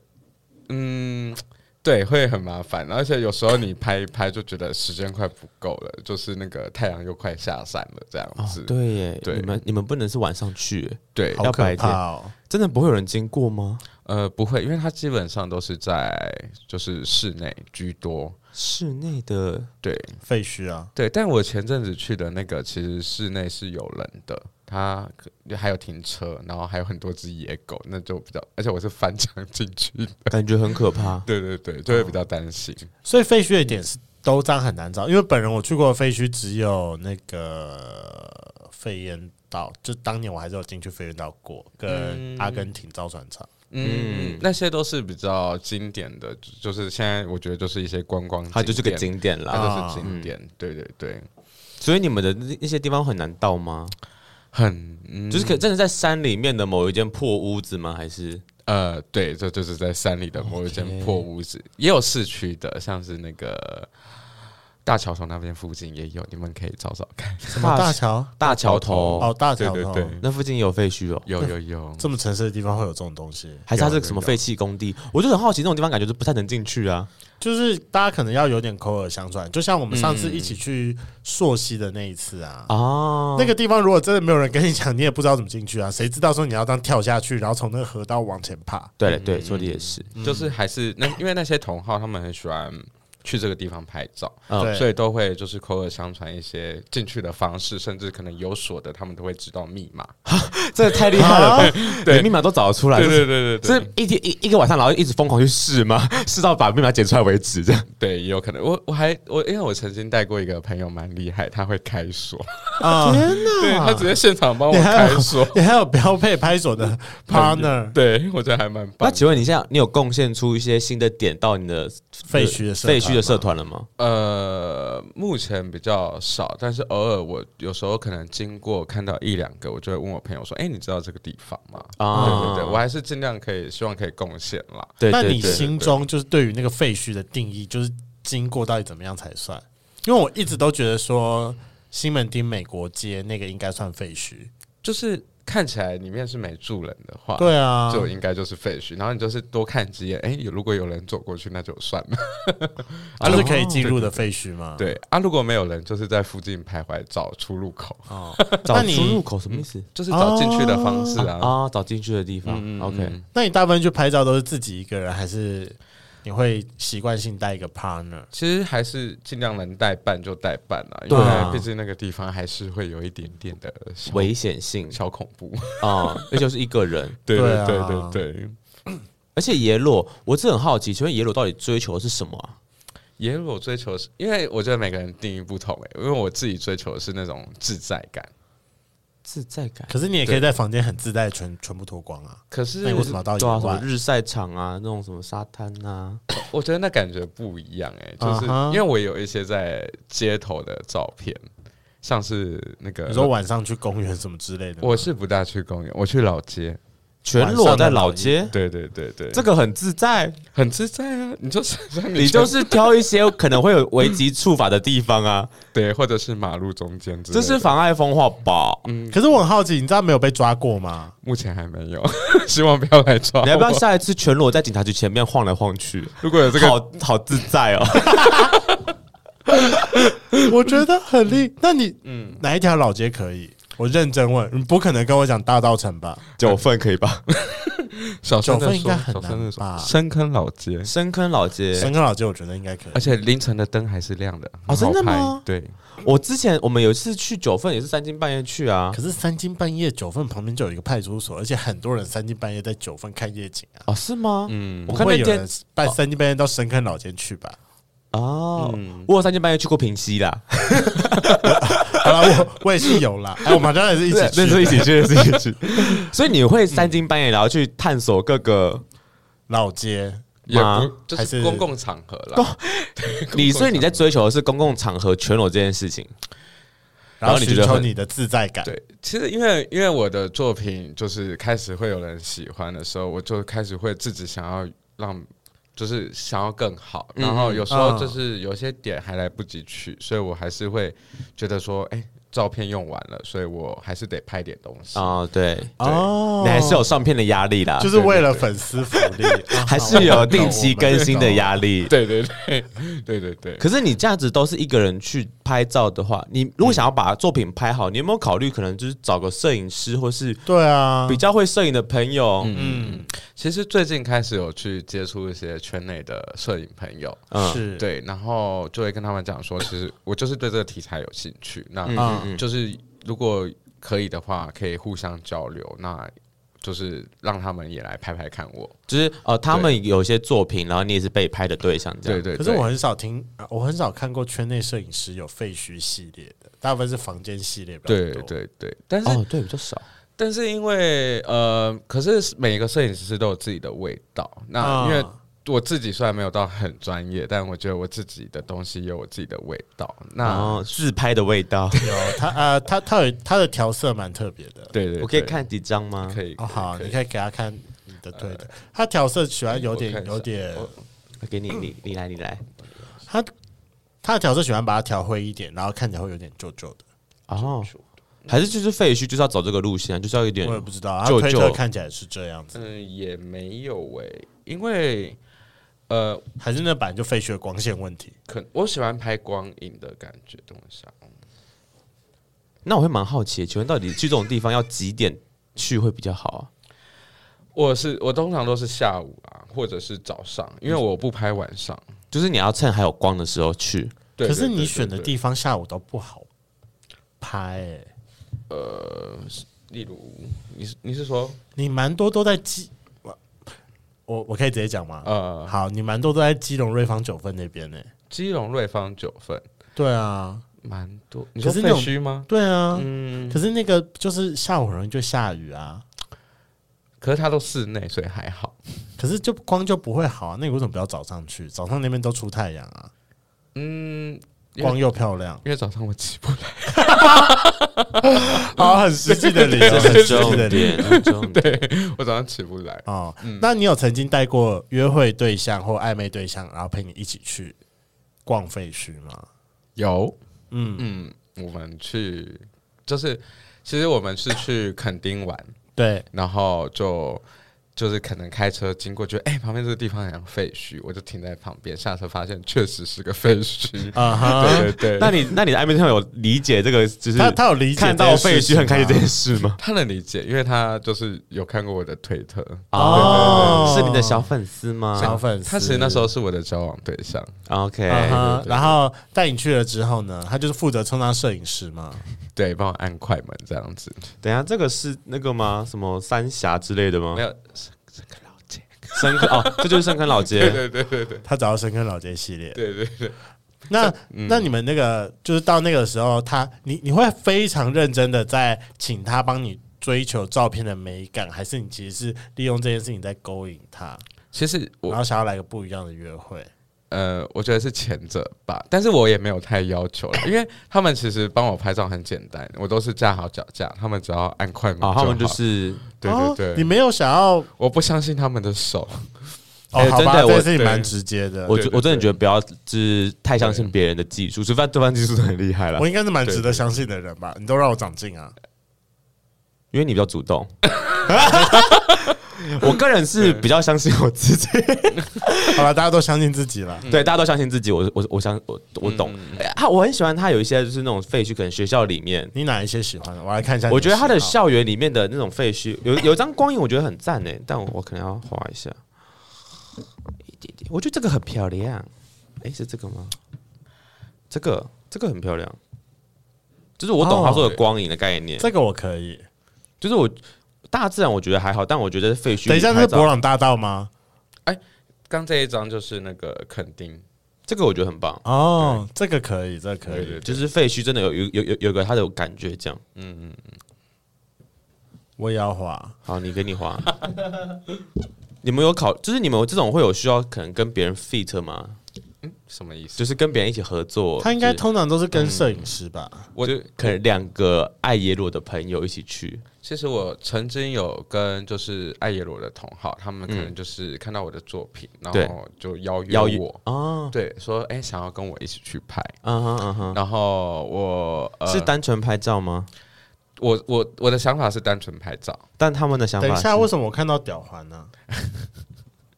D: 嗯，对，会很麻烦，而且有时候你拍一拍就觉得时间快不够了，就是那个太阳又快下山了这样
A: 哦
D: 子。，
A: 对耶，
D: 对
A: 你们你们不能是晚上去耶，
D: 对
B: 好
A: 要
B: 可
A: 白
B: 怕哦！
A: 真的不会有人经过吗？
D: 呃，不会，因为它基本上都是在就是室内居多。
A: 室内的
D: 对
B: 废墟啊，
D: 对，但我前阵子去的那个其实室内是有人的，它可还有停车，然后还有很多只野狗，那就比较，而且我是翻墙进去的。
A: 感觉很可怕。
D: 对对对，就会比较担心。
B: 所以废墟的点是都这样很难找，因为本人我去过的废墟只有那个废烟道，就当年我还是有进去废烟道过，跟
A: 嗯
B: 阿根廷造船厂。
D: 嗯，那些都是比较经典的，就就是现在我觉得就是一些观光，
A: 它就是个，景点啦，
D: 它就是景点，对对对，
A: 所以你们的那那些地方很难到吗？
D: 很、嗯
A: 就是可真的在山里面的某一间破屋子吗？还是
D: 呃，对，这就是在山里的某一间
B: OK
D: 破屋子也有市区的，像是那个大桥头那边附近也有，你们可以找找看。
B: 什么大桥？
A: 大桥头
B: 哦，大
D: 对
B: 桥
D: 对
B: 头，
D: 对，
A: 那附近也有废墟哦，
D: 有有有，
B: 这么城市的地方会有这种东西，
A: 还是它是
D: 有
A: 什么
D: 有
A: 废弃工地？我就很好奇，那种地方感觉就不太能进去啊。
B: 就是大家可能要有点口耳相传，就像我们上次一起去朔溪的那一次啊。
A: 啊，
B: 那个地方如果真的没有人跟你讲，你也不知道怎么进去啊！谁知道说你要这样跳下去，然后从那个河道往前爬？
A: 对了对，说的也是，
D: 就是还是那因为那些同好他们很喜欢去这个地方拍照，
A: 嗯
B: 对，
D: 所以都会就是口耳相传一些进去的方式，甚至可能有锁的他们都会知道密码。
A: 这也太厉害了吧，啊
D: 对
A: 连密码都找得出来，
D: 对
A: 就是
D: 对对对对，
A: 是一天一一个晚上，然后一直疯狂去试吗？试到把密码解出来为止，这样
D: 对，也有可能。我我还我因为我曾经带过一个朋友蛮厉害，他会开锁，
B: 啊，
D: 对他直接现场帮我
B: 你还
D: 开
B: 有
D: 锁。
B: 你还有标配拍手的 partner
D: 对，我觉得还 蛮
A: 那
D: 棒。
A: 请问你现在你有贡献出一些新的点到你的
B: 废墟的社
A: 废
B: 团
A: 墟的社
B: 嘛
A: 团了吗？
D: 呃，目前比较少，但是偶尔我有时候可能经过看到一两个，我就会问我朋友说：“哎、你知道这个地方吗？”
A: 啊
D: 对对对，我还是尽量可以，希望可以贡献啦。
A: 对
B: 那
A: 对
B: 你
A: 对
B: 心中就是对于那个废墟的定义，就是经过到底怎么样才算？因为我一直都觉得说西门町美国街那个应该算废墟。
D: 就是看起来里面是没住人的话，
B: 对啊，
D: 就应该就是废墟。然后你就是多看几眼，哎、有如果有人走过去，那就算了。
B: 它啊是可以进入的废墟吗？
D: 哦对啊，如果没有人，就是在附近徘徊找出入口，
B: 哦，
A: 找
B: 那
A: 出入
B: 你
A: 口什么意思？
D: 就是找进去的方式
B: 哦
D: 啊。
A: 嗯啊，找进去的地方。
D: 嗯嗯嗯
A: OK，
B: 那你大部分去拍照都是自己一个人，还是你会习惯性带一个 partner？
D: 其实还是尽量能代办就代办啦，因
A: 对啊
D: 为毕竟那个地方还是会有一点点的小
A: 危险性
D: 小恐 怖。
A: 啊，那就是一个人。
D: 对
B: 对
D: 对
B: 啊
D: 对对对，
A: 而且野裸，我是很好奇，请问野裸到底追求的是什么啊？
D: 也有我追求是，因为我觉得每个人定义不同诶、因为我自己追求的是那种自在感，
A: 自在感。
B: 可是你也可以在房间很自在地全全部脱光啊，
D: 可是
B: 那你为什么要到
A: 对啊，
B: 野
A: 什么
B: 外？
A: 日晒场啊，那种什么沙滩啊，
D: 我觉得那感觉不一样哎、就是
B: 啊哈
D: 因为我有一些在街头的照片，像是那个
B: 你说晚上去公园什么之类的吗？
D: 呃我是不大去公园，我去老街。
A: 全裸在老街，
D: 对对对对，
A: 这个很自在。
D: 很自在啊！你就是
A: 你就是挑一些可能会有危及触法的地方啊，
D: 对，或者是马路中间之类
A: 这
D: 的，
A: 是妨碍风化吧？
B: 可是我很好奇，你知道没有被抓过 吗？
D: 目前还没有，希望不要来抓我。
A: 你要不要下一次全裸在警察局前面晃来晃去？
D: 如果有这个，
A: 好好自在哦。
B: 我觉得很厉。那你嗯，哪一条老街可以？我认真问，你不可能跟我讲大道城吧？
A: 九份可以吧？
D: 小
B: 九
D: 声
B: 份
D: 的
B: 应该
D: 说，
B: 很
D: 小声
B: 难
D: 的说，
B: 吧？
D: 深坑老 街，
A: 深坑老街，
B: 深坑老街我觉得应该可
D: 而
B: 以。
D: 且凌晨的灯还是亮的，
A: 哦
D: 很好
A: 真的
D: 拍
A: 吗
D: 对，
A: 我之前我们有一次去九份，也是三更半夜去啊。
B: 可是三更半夜九份旁边就有一个派出所，而且很多人三更半夜在九份看夜景啊。
A: 哦，是吗？
D: 嗯
A: 我看
B: 不
A: 那
B: 会有
A: 天
B: 人半三更半夜到深坑老街去吧？
A: 哦，
D: 嗯
A: 我有三更半夜去过平溪啦，
B: 好了，我我也是有啦。哎，我们好像也是一起
A: 那
B: 去
A: 是一起去，是一起去。所以你会三更半夜然后去探索各个
B: 老街，
D: 也
A: 吗
D: 不就
B: 还是
D: 是公共场合啦。
A: 你，所以你在追求的是公共场合全裸这件事情。然
B: 然后
A: 后你
B: 寻
A: 觉得很
B: 求你的自在感。
D: 对，其实因为因为我的作品就是开始会有人喜欢的时候，我就开始会自己想要让，就是想要更好。
A: 嗯
D: 然后有时候
B: 嗯
D: 就是有些点还来不及去，所以我还是会觉得说，哎、照片用完了，所以我还是得拍点东西。
A: 哦，对，
B: 哦
A: 你还是有上片的压力啦，
B: 就是为了粉丝福 利，啊
A: 还是有定期更新的压力。
D: 对啊对对对对对。
A: 可是你这样子都是一个人去拍照的话，你如果想要把作品拍好，你有没有考虑可能就是找个摄影师，或是
B: 对啊
A: 比，较会摄影的朋友？
B: 嗯，
D: 其实最近开始有去接触一些圈内的摄影朋友，
A: 嗯
B: 是，
D: 对，然后就会跟他们讲说，其 实我就是对这个题材有兴趣，那
B: 啊
A: 嗯，
D: 就是如果可以的话，可以互相交流，那就是让他们也来拍拍看我。
A: 就是呃，他们有一些作品，然后你也是被拍的对象，这样
D: 对对，
B: 可是我很少听，啊我很少看过圈内摄影师有废墟系列的，大部分是房间系列比较
D: 对
B: 多。
D: 对对对，但是、
A: 哦，对，比较少。
D: 但是因为呃，可是每一个摄影师都有自己的味道，那
B: 啊
D: 因为。我自己虽然没有到很专业，但我觉得我自己的东西有我自己的味道。那、
A: 哦，自拍的味道，
B: 有他呃，他他有他的调色蛮特别的。
D: 对对对
A: 我可以看几张吗？
D: 可以，
B: 哦，好，
D: 可
B: 你
D: 以
B: 可以给他看的对的，他调色喜欢有
D: 我
B: 点
D: 看一下
B: 有点，
A: 给你，你你来，你来。
B: 他他的调色喜欢把它调灰一点，然后看起来会有点旧旧的。
A: 哦，还是就是废墟，就是要走这个路线，啊就是要一点
B: 我也不知道，他
A: 旧
B: 推
A: 旧
B: 特看起来是这样子，
D: 嗯，也没有诶、因为呃，
B: 还是那版就废墟的光线问题。
D: 可我喜欢拍光影的感觉，等我一下。
A: 那我会蛮好奇，请问到底去这种地方要几点去会比较好啊？
D: 我是我通常都是下午啊，或者是早上，因为我不拍晚上。
A: 就是你要趁还有光的时候去。
D: 对
B: 可是
D: 对对
B: 你选的
D: 对
B: 地方下午都不好拍、欸，
D: 例如，你是你是说
B: 你蛮多都在基，我我我可以直接讲吗？
D: 呃，
B: 好，你蛮多都在基隆瑞芳九份那边呢、欸
D: 基隆瑞芳九份
B: 对啊，
D: 蛮多，你说
B: 可是
D: 废
B: 那种
D: 墟吗？
B: 对啊，
D: 嗯，
B: 可是那个就是下午很容易就下雨啊，
D: 可是它都室内，所以还好。
B: 可是就光就不会好啊。那个为什么不要早上去？早上那边都出太阳啊，
D: 嗯，因为
B: 光又漂亮，
D: 因为早上我起不来，
B: 好，哦很实际的理 由，很
A: 这是
B: 实际的
A: 重
B: 理由。
A: 点，重点。
D: 我早上起不来。
B: 哦，那你有曾经带过约会对象或暧昧对象，然后陪你一起去逛废墟吗？
D: 有，
B: 嗯
D: 嗯，我们去就是，其实我们是去垦丁玩，
B: 对，
D: 然后就就是可能开车经过，觉得哎、旁边这个地方好像废墟，我就停在旁边，下车发现确实是个废墟。
B: 啊哈，
D: 对对 对，
A: 那你那你的暧昧对象有理解这个，就是
B: 他他有理解
A: 看到废墟很开
B: 开
A: 心
B: 心
A: 这件事吗？
D: 他能理解，因为他就是有看过我的推特，
B: 哦
A: 是你的小粉丝
B: 小
A: 吗
B: 粉丝，
D: 他其实那时候是我的交往对象，
A: ？OK，
B: 啊哈
D: 对对对
B: 然后带你去了之后呢，他就是负责充当摄影师嘛。
D: 对，帮我按快门这样子，
A: 等一下这个是那个吗？什么三峡之类的吗
D: 没？有，
A: 深坑哦，这就是深坑老
D: 对
A: 街。
D: 对对对对
B: 他找到深坑老街系列。
D: 对对对，
B: 那、那你们那个就是到那个时候，他你你会非常认真的在请他帮你追求照片的美感，还是你其实是利用这件事情在勾引他，
D: 其实
B: 然
D: 我
B: 后想要来个不一样的约会？
D: 呃，我觉得是前者吧，但是我也没有太要求 了，因为他们其实帮我拍照很简单，我都是架好脚架，他们只要按快门
A: 哦，他们就
D: 好
A: 是
D: 对
B: 哦
D: 对对，
B: 你没有想要。
D: 我不相信他们的手，
B: 哦，
A: 哎
B: 好吧，
A: 真的
B: 这件
A: 我
B: 事情
D: 对
B: 蛮直接的。
A: 我
B: 我
A: 觉
D: 对对
A: 我真的觉得不要就是太相信别人的技术，除非对方技术很厉害了
B: 我，应该是蛮
D: 对
B: 值得相信的人吧？你都让我长进啊！
A: 因为你比较主动。 我个人是比较相信我自己，
B: 好了，大家都相信自己了。
A: 对，大家都相信自己，我我我相我我懂。哎他我很喜欢他有一些就是那种废墟，可能学校里面，
B: 你哪一些喜欢的？我来看一下你喜好。
A: 我觉得他的校园里面的那种废墟，有有一张光影，我觉得很赞诶，但我我可能要画一下，一点点，我觉得这个很漂亮。诶，是这个吗？这个这个很漂亮，就是我懂
B: 哦
A: 他说的光影的概念，
B: 这个我可以。
A: 就是我大自然我觉得还好，但我觉得废墟
B: 等一下，那是
A: 拍照
B: 博朗大道吗？
D: 刚这一张就是那个垦丁，
A: 这个我觉得很棒，
B: 哦，这个可以，这个可
D: 对
B: 以。
D: 对
A: 就
D: 对，
A: 是废墟真的有有有有有个它的感觉这样。
B: 我也要画。
A: 好，你给你花。 你们有考，就是你们有这种会有需要可能跟别人 fit 吗？
D: 什么意思？
A: 就是跟别人一起合作，
B: 他应该
A: 就是
B: 通常都是跟摄影师吧？
D: 我就
A: 可能两个爱耶鲁的朋友一起去，
D: 其实我曾经有跟就是艾耶罗的同好，他们可能就是看到我的作品，
A: 对
D: 然后就邀约
A: 邀约
D: 我，
A: 啊，
D: 对，说哎、想要跟我一起去拍，
A: 嗯哼嗯哼，
D: 然后我呃，
A: 是单纯拍照吗？
D: 我我我的想法是单纯拍照，
A: 但他们的想
B: 等
A: 法
B: 一
A: 是，
B: 下，为什么我看到屌环呢？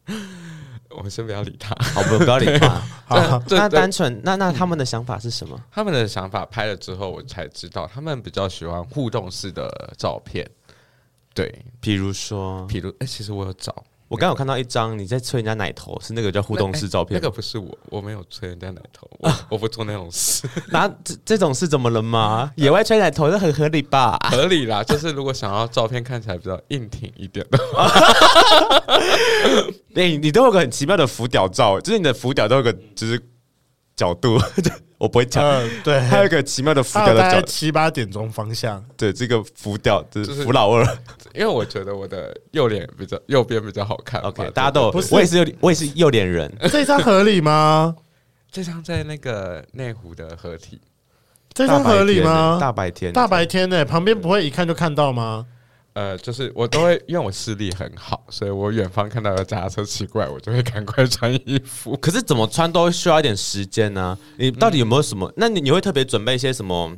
A: 嗯
D: 我们先不要 理他，
A: 好哦不不要理他。
B: 好，
D: 对
A: 啊那
D: 对
A: 单纯，那那他们的想法是什么？
D: 他们的想法拍了之后，我才知道他们比较喜欢互动式的照片，对，
A: 比如说，
D: 比如哎、其实我有找。
A: 我刚刚有看到一张你在吹人家奶头，是那个叫互动式照片
D: 那个不是我，我没有吹人家奶头，我我不做那种事，
A: 那这这种事怎么了嘛？野外吹奶头这很合理吧？
D: 合理啦。就是如果想要照片看起来比较硬挺一点的，
A: 哎、你都有个很奇妙的浮屌照，就是你的浮屌都有个就是角度， 我不会讲，
B: 嗯， 对，
A: 还有一个奇妙的浮
B: 还
A: 屌
B: 有
A: 的
B: 大
A: 角
B: 概
A: 度，
B: 七八点钟方向。
A: 对，这个浮屌就
D: 就是是
A: 浮老二。
D: 因为我觉得我的右脸比较右边比较好看吧。
A: OK，大家都有
B: 不，是
A: 我也是有，我也是右脸人，
B: 这张合理吗？
D: 这张在那个内湖的合体，
B: 这张合 理
A: 大
B: 吗？
A: 白天，
B: 欸大白天呢？旁边不会一看就看到吗？
D: 呃，就是我都 会，因为我视力很好，所以我远方看到有脚踏车奇怪，我就会赶快穿衣服。
A: 可是怎么穿都需要一点时间呢、你到底有没有什么？那你你会特别准备一些什么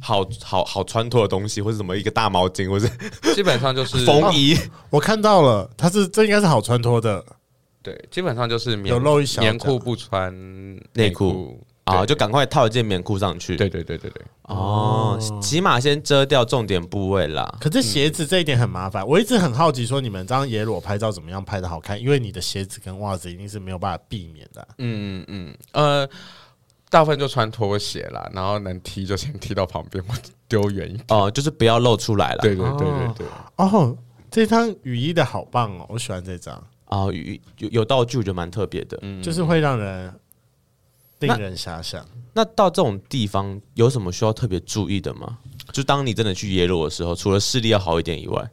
A: 好好好穿脱的东西，或者什么一个大毛巾，或者
D: 基本上就是哦
A: 风衣？
B: 我看到了，它是这应该是好穿脱的，
D: 对，基本上就是棉
B: 有露一小
D: 棉
B: 角
D: 裤不穿
A: 内
D: 内
A: 裤
D: 裤
A: 啊，
D: 对
A: 就赶快套一件棉裤上去。
D: 对对对对对，
A: 哦，起码先遮掉重点部位啦。
B: 可是鞋子这一点很麻烦，我一直很好奇，说你们这样野裸拍照怎么样拍的好看？因为你的鞋子跟袜子一定是没有办法避免的啊、
D: 嗯嗯呃，大部分就穿拖鞋啦，然后能踢就先踢到旁边，或者丢远一点。
A: 哦，就是不要露出来了。
D: 对对对对对，
B: 哦，这张雨衣的好棒哦，我喜欢这张，
A: 啊，有有有道具，我觉得蛮特别的。
D: 嗯
B: 就是会让人令人遐想。
A: 那到这种地方有什么需要特别注意的吗？就当你真的去耶鲁的时候，除了视力要好一点以 外，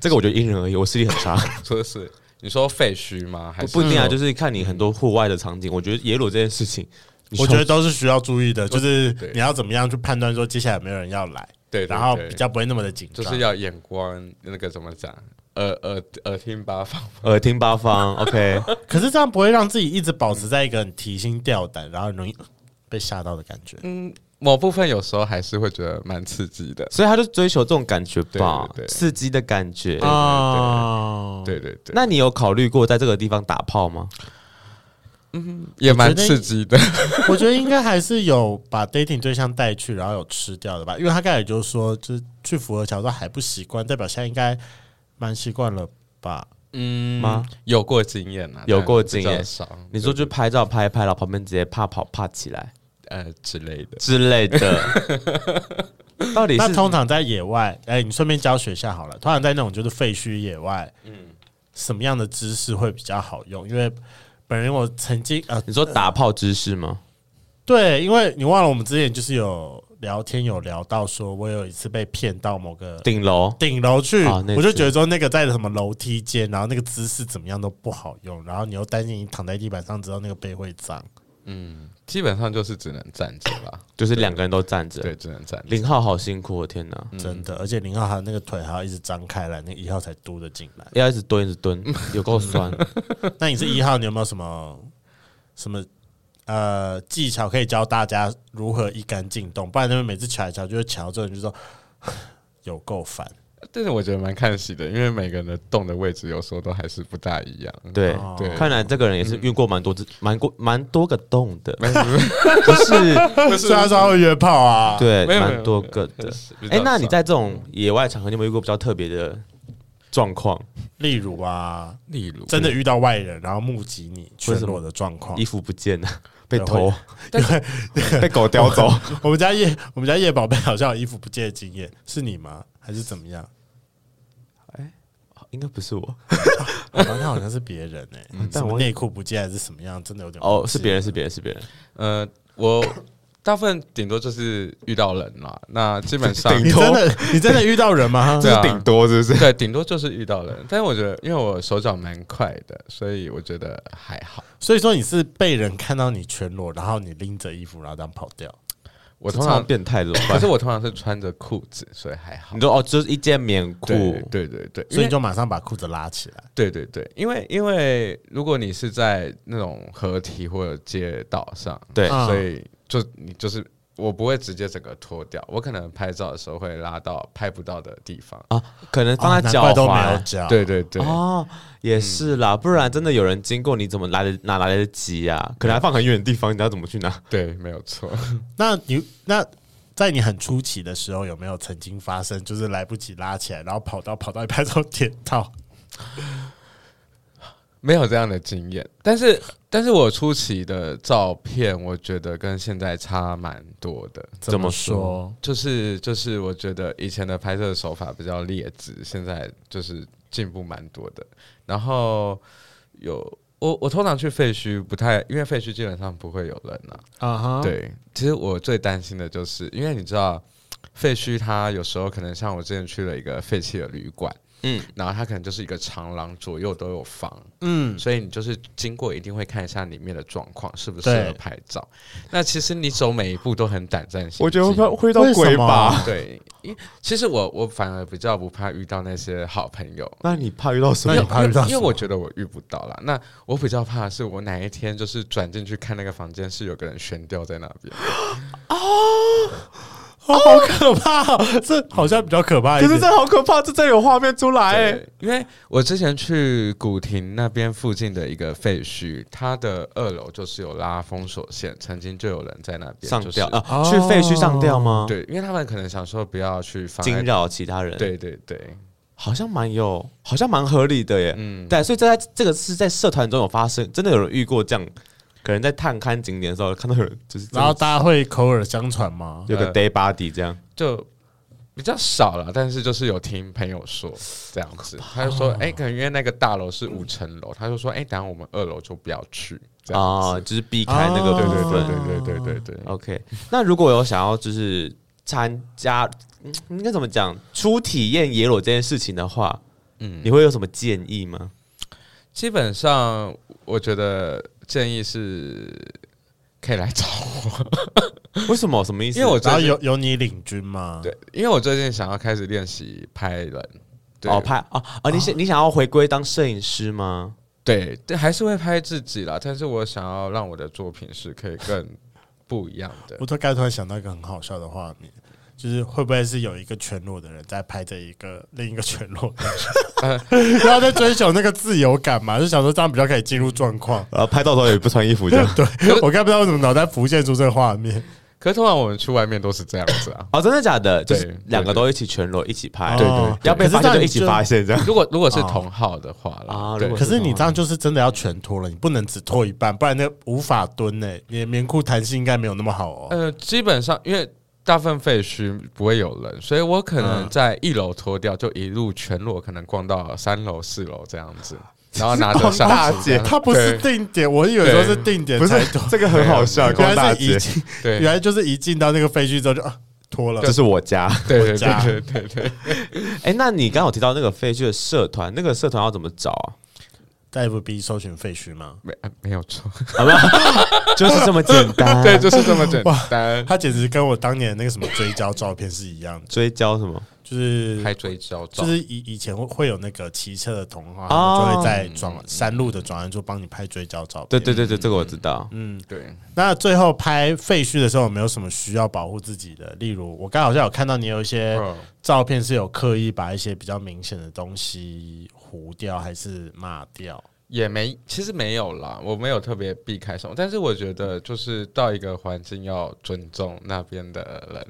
A: 这个我觉得因人而异。我视力很差，
D: 说的是你说废墟吗？ 还
A: 不
D: 是
A: 不一定啊。就是看你很多户外的场景，我觉得耶鲁这件事情，
D: 嗯
A: 你
B: 我觉得都是需要注意的，就是
D: 对
B: 你要怎么样去判断说接下来有没有人要来，
D: 对，对
B: 然后
D: 对
B: 比较不会那么的紧
D: 就
B: 张。
D: 是要眼光那个怎么讲，耳耳耳听八方。
A: 耳听八方 ，OK，
B: 可是这样不会让自己一直保持在一个很提心吊胆，然后很容易呃被吓到的感觉。
D: 嗯，某部分有时候还是会觉得蛮刺激的。
A: 所以他就追求这种感觉吧，
D: 对对对啊
A: 刺激的感觉。
B: 哦，
D: 对对对，
A: 那你有考虑过在这个地方打炮吗？
D: 也蛮
B: 我觉得
D: 刺激的。
B: 我觉得应该还是有把 dating 对象带去，然后有吃掉的吧，因为他刚才也就是说，就是去符合桥都还不习惯，代表现在应该蛮习惯了吧？
D: 嗯
A: 吗？
D: 有过经验啊，
A: 有过经
D: 但
A: 验
D: 比较少。
A: 你说就拍照拍一拍，然后旁边直接怕跑怕起来
D: 呃之类的，
A: 之类的， 到底
B: 那
A: 是
B: 通常在野外，哎、你顺便教学一下好了。通常在那种就是废墟野外，嗯，什么样的姿势会比较好用？因为本人我曾经呃，
A: 你说打炮姿势吗？
B: 对，因为你忘了我们之前就是有聊天有聊到说，我有一次被骗到某个
A: 顶楼
B: 顶楼去，
A: 啊那次
B: 我就觉得说那个在什么楼梯间，然后那个姿势怎么样都不好用，然后你又担心你躺在地板上之后那个背会脏。
D: 基本上就是只能站着啦。
A: 就是两个人都站着。
D: 对，只能站着。
A: 林浩好辛苦，我天哪！
B: 真的，而且零号他那个腿还要一直张开来，那个一号才嘟得进来。
A: 要一直蹲，一直 蹲，有够酸。
B: 那你是一号，你有没有什么什么呃技巧可以教大家如何一杆进洞？不然他们每次瞧一瞧，就是瞧之后你就说 有够烦。
D: 但是我觉得蛮看戏的，因为每个人的洞的位置有时候都还是不大一样。
A: 对，
D: 对
A: 看来这个人也是运过蛮多次、蛮过蛮多个洞的，
D: 嗯没有没有
A: 不是？ 嗯
B: 虽然说他会约炮啊，
A: 对，
D: 没有没
A: 蛮
D: 有
A: 多个的。
D: 没有
A: 哎、那你在这种野外场合，你有没有遇过比较特别的状况？
B: 例如啊，
D: 例如
B: 真的遇到外人，然后目击你
A: 为
B: 全
A: 什么
B: 裸的状 况
D: 嗯
A: 衣。服不见了， 被
B: 对
A: 偷
B: 会，
A: 被狗叼走。
B: 我们家叶，我们家叶宝贝好像有衣服不见的经验，是你吗？还是怎么样？
A: 应该不是我，
B: 好吧，那好像是别人哎、
A: 嗯
B: 但我内裤不见还是什么样，真的有点
A: 哦，
B: 忘记
A: 是别人，是别人，是别人。
D: 呃，我大部分顶多就是遇到人啦。那基 本上
B: 了。你真的，你真的遇到 人吗？
D: 对啊
A: 多是不是？
D: 对，顶多就是遇到人。但是我觉得，因为我手脚蛮快的，所以我觉得还好。
B: 所以说你是被人看到你全裸，然后你拎着衣服，然后这样跑掉。
D: 我
A: 通
D: 通
A: 常
D: 常，
A: 变态怎么
D: 可
A: 办
D: 是？我通常是穿着裤子，所以还好
A: 你。说哦，就是一件棉裤，
D: 对对对对，因
B: 所以
D: 为
B: 你就马上把裤子拉起来。
D: 对对对，因为因为如果你是在那种河堤或者街道上，
A: 对
B: 啊
D: 所以就你就是我不会直接整个脱掉，我可能拍照的时候会拉到拍不到的地方。
A: 啊，可能放
B: 啊
A: 在
B: 难
A: 脚
B: 怪
A: 踝。
B: 都没有
A: 啊
B: 脚，
D: 对对对，
A: 哦，也是啦，不然真的有人经过，你怎么来得哪来得及呀、可能还放很远的地方，你要怎么去拿？
D: 对，没有错。
B: 那你那在你很初期的时候，有没有曾经发生就是来不及拉起来，然后跑到跑到一半之后跌到？
D: 没有这样的经验，但是但是我初期的照片，我觉得跟现在差蛮多的。
A: 怎么
B: 说？
D: 就是就是，我觉得以前的拍摄手法比较劣质，现在就是进步蛮多的。然后有我我通常去废墟不太，因为废墟基本上不会有人啊。
B: 啊哈，
D: 对，其实我最担心的就是，因为你知道废墟它有时候可能像我之前去了一个废弃的旅馆，
A: 嗯
D: 嗯，然后它可能就是一个长廊，左右都有房，
B: 嗯，
D: 所以你就是经过一定会看一下里面的状况适不适
B: 对
D: 合拍照。那其实你走每一步都很胆战心惊，
A: 会
B: 到鬼吧？
D: 对，其实我我反而比较不怕遇到那些好朋友，
A: 那你怕遇到什
B: 那你
A: 么？
B: 怕遇到什么
D: 因为我觉得我遇不到啦。那我比较怕的是我哪一天就是转进去看那个房间是有个人悬吊在那边，
A: 啊
B: 哦好可怕、哦，这好像比较可怕一
A: 可
B: 点。
A: 是这好可怕，这真有画面出来、
D: 对，哎因为我之前去古亭那边附近的一个废墟，它的二楼就是有拉封锁线，曾经就有人在那边、
A: 上
D: 就是哦
A: 吊啊？去废墟上吊吗？，
D: 对，因为他们可能想说不要去妨
A: 惊
D: 碍，
A: 扰其他人，，
D: 对对对，
A: 好像蛮有，好像蛮合理的耶。
D: 嗯，
A: 对，所以这在这个是在社团中有发生，真的有人遇过这样，可能在探勘景点的时候看到有人就是这
B: 然后
A: 样
B: 大家会口耳相传吗？
A: 有个
D: 呃
A: day body 这样，
D: 就比较少了，但是就是有听朋友说这样子，他就
A: 哦
D: 说，哎、可能因为那个大楼是五层楼，他就说，哎、等下我们二楼就不要去，这样子，
A: 啊，就是避开那个
B: 哦
A: 部
D: 对
A: 分。
D: 对对对对对对对，
A: OK，那如果有想要就是参加，嗯应该怎么讲，初体验野裸这件事情的话，
D: 嗯
A: 你，会有什么建议吗？
D: 基本上我觉得建议是可以来找我，
A: 为什么？什么意思？
D: 因为我
B: 然
D: 最
B: 后
D: 近
B: 有有你领军吗？
D: 对，因为我最近想要开始练习拍人，对
A: 哦拍哦哦，你想你想要回归当摄影师吗？
D: 对，对，还是会拍自己啦，但是我想要让我的作品是可以更不一样的
B: 我。突然突然想到一个很好笑的画面，就是会不会是有一个全裸的人在拍着一个另一个全裸的人， 然后在追求那个自由感嘛？就想说这样比较可以进入状 况。
A: 呃，拍到时候也不穿衣服这样。。
B: 我刚不知道为什么脑袋浮现出这个画面，
D: 可是通常我们去外面都是这样子啊
A: 哦，真的假的？就是
D: 对
A: 两个都一起全裸一起拍，
D: 对
B: 哦
A: 啊要被发现就一起。
B: 可
A: 发
B: 是
A: 现这 样。
D: 如果如果是同号的话啦，
A: 哦啊
D: 对
A: 如
B: 这样
A: 果
B: 可是你这样就是真的要全脱了，你不能只脱一半，不然那无法蹲诶、你的棉裤弹性应该没有那么好哦。
D: 呃，基本上因为大部分废墟不会有人，所以我可
A: 啊
D: 能在一楼脱掉，就一路全裸，可能逛到三楼、四楼这样 子，然后拿着
A: 逛
D: 相
A: 大
D: 机
A: 街
D: 这样，
B: 它不是
D: 对
B: 定点，我以为说是定点
A: 不是
B: 才脱，
A: 这个很好笑，
D: 对
A: 光
B: 原
A: 大
B: 来是一
A: 姐，
B: 进，
D: 对
B: 原来就是一进到那个废墟之后就啊脱了
A: 这。是我家。
D: 对对
B: 家
D: 对对对对，
A: 哎，那你刚好提到那个废墟的社团，那个社团要怎么找啊？
B: 在 FB 搜寻废墟吗？
D: 没呃没有错，
A: 好吧， 就是这么简单。
D: 对，就是这么简单。
B: 它简直跟我当年那个什么追焦照片是一样的，
A: 追焦什么？
B: 就是
D: 拍追焦照
B: 就，是以以前会会有那个骑车的同行，他
A: 哦
B: 们就会在转山路的转弯处帮你拍追焦照片。
A: 对对对对，这个我知道。
B: 嗯，
D: 对，
B: 那最后拍废墟的时候，有没有什么需要保护自己的？例如，我刚好像有看到你有一
A: 哎
B: 些
D: 嗯
B: 照片是有刻意把一些比较明显的东西糊掉还是抹掉。
D: 也没，其实没有啦，我没有特别避开什么，但是我觉得就是到一个环境要尊重那边的人，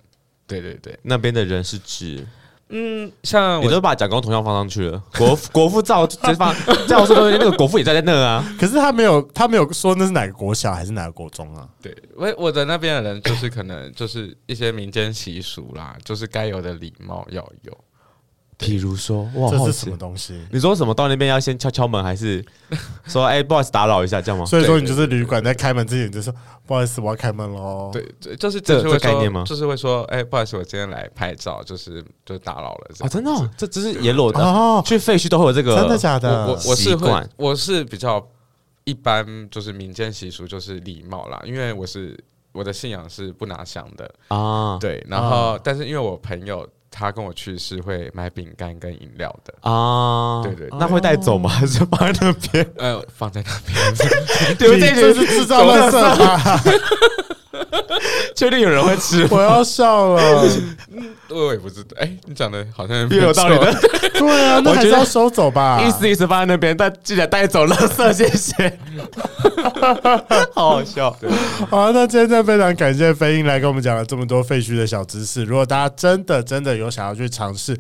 D: 对对对，
A: 那边的人是指
D: 嗯，像
A: 你
D: 我
A: 都把蒋公铜像放上去了，国国父照直接放，在我说东西，那个国父也在那啊。
B: 可是他没有，他没有说那是哪个国小还是哪个国中啊？
D: 对我我的那边的人就是可能就是一些民间习俗啦，就是该有的礼貌要有，
A: 哦比如说，哇，
B: 这
A: 好
B: 是
A: 奇
B: 什么东西？
A: 你说什么？到那边要先敲敲门，还是说哎、不好意思打扰一下，这样吗？
B: 所以说你就是旅馆在开门之前就说不好意思，我要开门喽。
D: 对，对就是
A: 这
D: 就是
A: 这
D: 会
A: 概念吗
D: 说，就是会说，哎、不好意思，我今天来拍照，就是就打扰了这
A: 啊，
D: 样
A: 真的、哦，这只是野裸的、
B: 哦，
A: 去废墟都会有这个，
B: 真的假的？
D: 我我我
A: 习
D: 是
A: 惯
D: 会，我是比较一般，就是民间习俗就是礼貌啦，因为我是我的信仰是不拿香的，
A: 啊？
D: 对，然后、但是因为我朋友他跟我去是会买饼干跟饮料的，
A: 啊，
D: 对对对
A: 那会带走吗？还是放在那边？
D: 呃，放在那 边，
A: 你们
B: 你
A: 这一群
B: 是制造垃圾吧？
A: 确定有人会吃
B: 我要笑 了。
D: 我也不知道。哎、你讲的好像
A: 也有道理
D: 没错，
A: 的，
B: 对啊，那还是要收走吧。
A: 意思意思放在那边，但记得带走垃圾， 谢谢。好好笑，
B: 好，那今天真的非常感谢飞鹰来跟我们讲了这么多废墟的小知识。如果大家真的真的有想要去尝试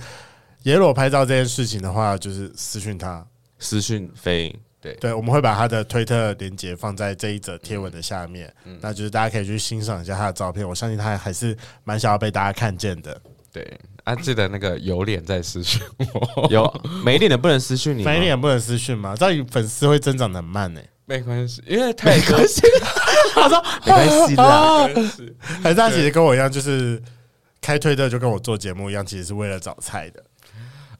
B: 野裸拍照这件事情的话，就是私讯他。
A: 私讯飞影，
B: 对，我们会把他的推特连接放在这一则贴文的下面，那就是大家可以去欣赏一下他的照片。我相信他还是蛮想要被大家看见的。
D: 对啊，记得那个有脸再私讯 我，
A: 有没脸的不能私讯你吗，
B: 反正你也不能私讯嘛，这样粉丝会增长的很慢欸呢、
D: 没关系，因为太 多
A: 他说没关系啦，
B: 啊还是他其实跟我一样，就是开推特就跟我做节目一样，其实是为了找菜的。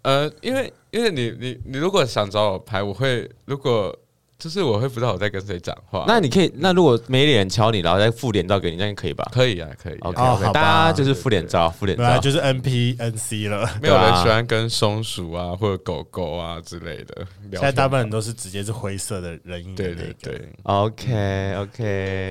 D: 呃，因为因为你你你如果想找我拍，我会如果就是我会不知道我在跟谁讲话。
A: 那你可以，那如果没脸敲你，然后再附脸照给你，那你可以吧
D: 可以啊，可以啊、
A: ？OK，
B: 哦好吧
A: 大家就是附脸照，附脸
B: 本来
A: 照
B: 就是 N P N C 了。
D: 没有人
A: 对啊
D: 喜欢跟松鼠啊或者狗狗啊之类的
B: 现
D: 聊天。
B: 在大部分人都是直接是灰色的人影的
D: 对
B: 那
D: 对
B: 个。
D: 对，
A: OK OK，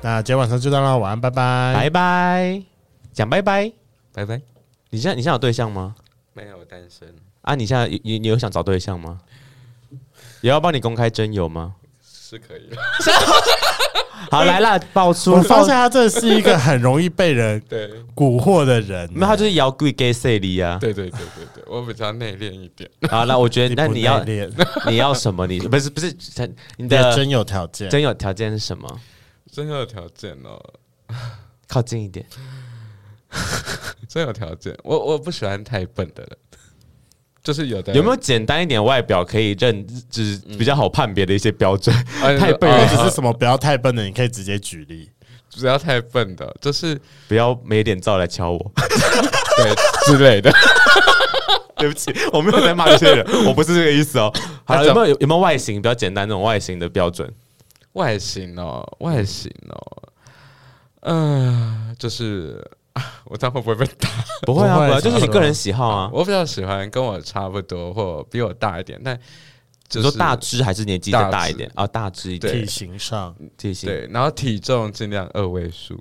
B: 那今天晚上就到了，晚安，拜拜。
A: 拜拜，讲拜拜。
D: 拜拜。
A: 你现在你现在有对象吗？
D: 没有单身，
A: 啊，你现在你你你有想找对象吗？也要帮你公开真友吗？
D: 是可以。
A: 好，来 啦，爆出
B: 我发
A: 爆
B: 现他真的是一个很容易被人
D: 对
B: 蛊惑的人，啊
A: 没有，他就是摇滚 gay 塞里 啊。
D: 对对对对对，我比较内敛一点。
A: 好，那我觉得，
B: 你
A: 那
B: 不
A: 你要
B: 内敛
A: 你要什么？你不是不是你
B: 你的
A: 的
B: 真有条件，
A: 真有条件是什么？
D: 真有条件哦，
A: 靠近一点。
D: 真有条件。我我不喜欢太笨的人，就是有的人
A: 有没有简单一点外表可以认知比较好判别的一些标准？
D: 哎
A: 太笨
B: 或
A: 了
D: 哦
B: 者
D: 哦
B: 是什么不要太笨的，你可以直接举例。
D: 不要太笨的，就是
A: 不要没脸照来敲 我。
D: 对之类的。
A: 对不起，我没有在骂这些 人，我不是这个意思哦。好了，
D: 那
A: 有
D: 怎
A: 没有有没有外形比较简单那种外形的标准？
D: 外形哦，外形哦，嗯、就是啊，我这样会不会被打？
A: 不会啊，
B: 不
A: 不
B: 会
A: 会啊，就是
B: 什
A: 你
B: 么
A: 个人喜好啊。
D: 我比较喜欢跟我差不多或比我大一点，但就
A: 你
D: 是
A: 说大只还是年纪再大一点啊？大只一
D: 对
A: 点，
B: 体型上，
A: 体型
D: 对，然后体重尽量二位数。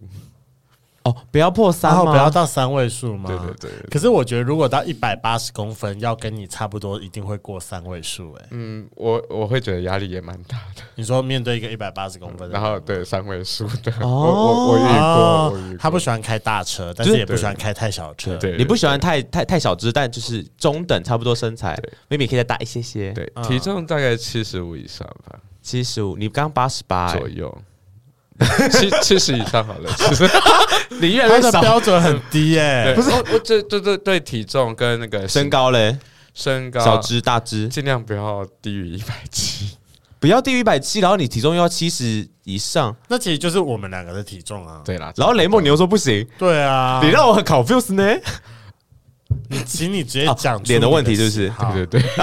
A: 哦，不要破三
B: 然后
A: 吗？
B: 啊不要到三位数嘛。
D: 对对对对
B: 可是我觉得，如果到一百八十公分，要跟你差不多，一定会过三位数。哎，
D: 嗯，我我会觉得压力也蛮大的。
B: 你说面对一个一百八十公
A: 嗯
B: 分的人，
D: 然后对三位数的，
A: 哦
D: 我我我遇过，
B: 哦
D: 我遇过。
B: 他不喜欢开大车，但
A: 就是是
B: 也不喜欢开太小车。
D: 对，
A: 你不喜
D: 欢
A: 欢太太太小只，但就是中等差不多身材，maybe 可以再大一些些。
D: 对
B: 嗯
D: 体重大概七十五以上吧
A: 七十五，你刚八十八，
D: 左右， 七七十以上好了。其实
A: 你越
B: 他的标准很低 耶。
D: 不是我我这这这对体重跟那个
A: 哎身高嘞，
D: 身高啊
A: 小只大只，
D: 尽量不要低于一百七。
A: 不要低于一百七，然后你体重又要七十以上，
B: 那其实就是我们两个的体重啊。
D: 对啦，
A: 然后雷梦你又说不行，
B: 对啊，
A: 你让我很 confused 呢。
B: 你请你直接讲
A: 哦
B: 出
A: 脸的
B: 你
A: 问题是不是
B: 喜好
D: 对对对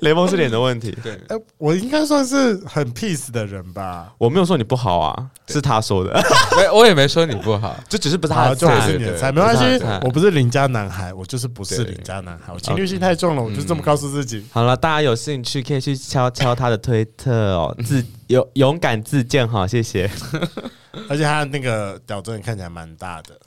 A: 雷蒙是脸的问题，
D: 对，
B: 哎，我应该算是很 peace 的人吧。
A: 我没有说你不好啊，是他说的，
D: 没我也没说你不好，
A: 这只是不是他
B: 好，
A: 的
B: 就不
A: 菜
B: 是。你的
D: 对
B: 菜，没
A: 对
B: 关系
A: 不是他的菜。
B: 我不是邻家男孩，我就是不是
D: 对
B: 邻家男孩。我情绪性太重了，我就这么告诉自己。
A: 好了，大家有兴趣可以去敲敲他的推特哦，自勇勇敢自荐哈，谢谢。
B: 而且他那个屌真的看起来蛮大的。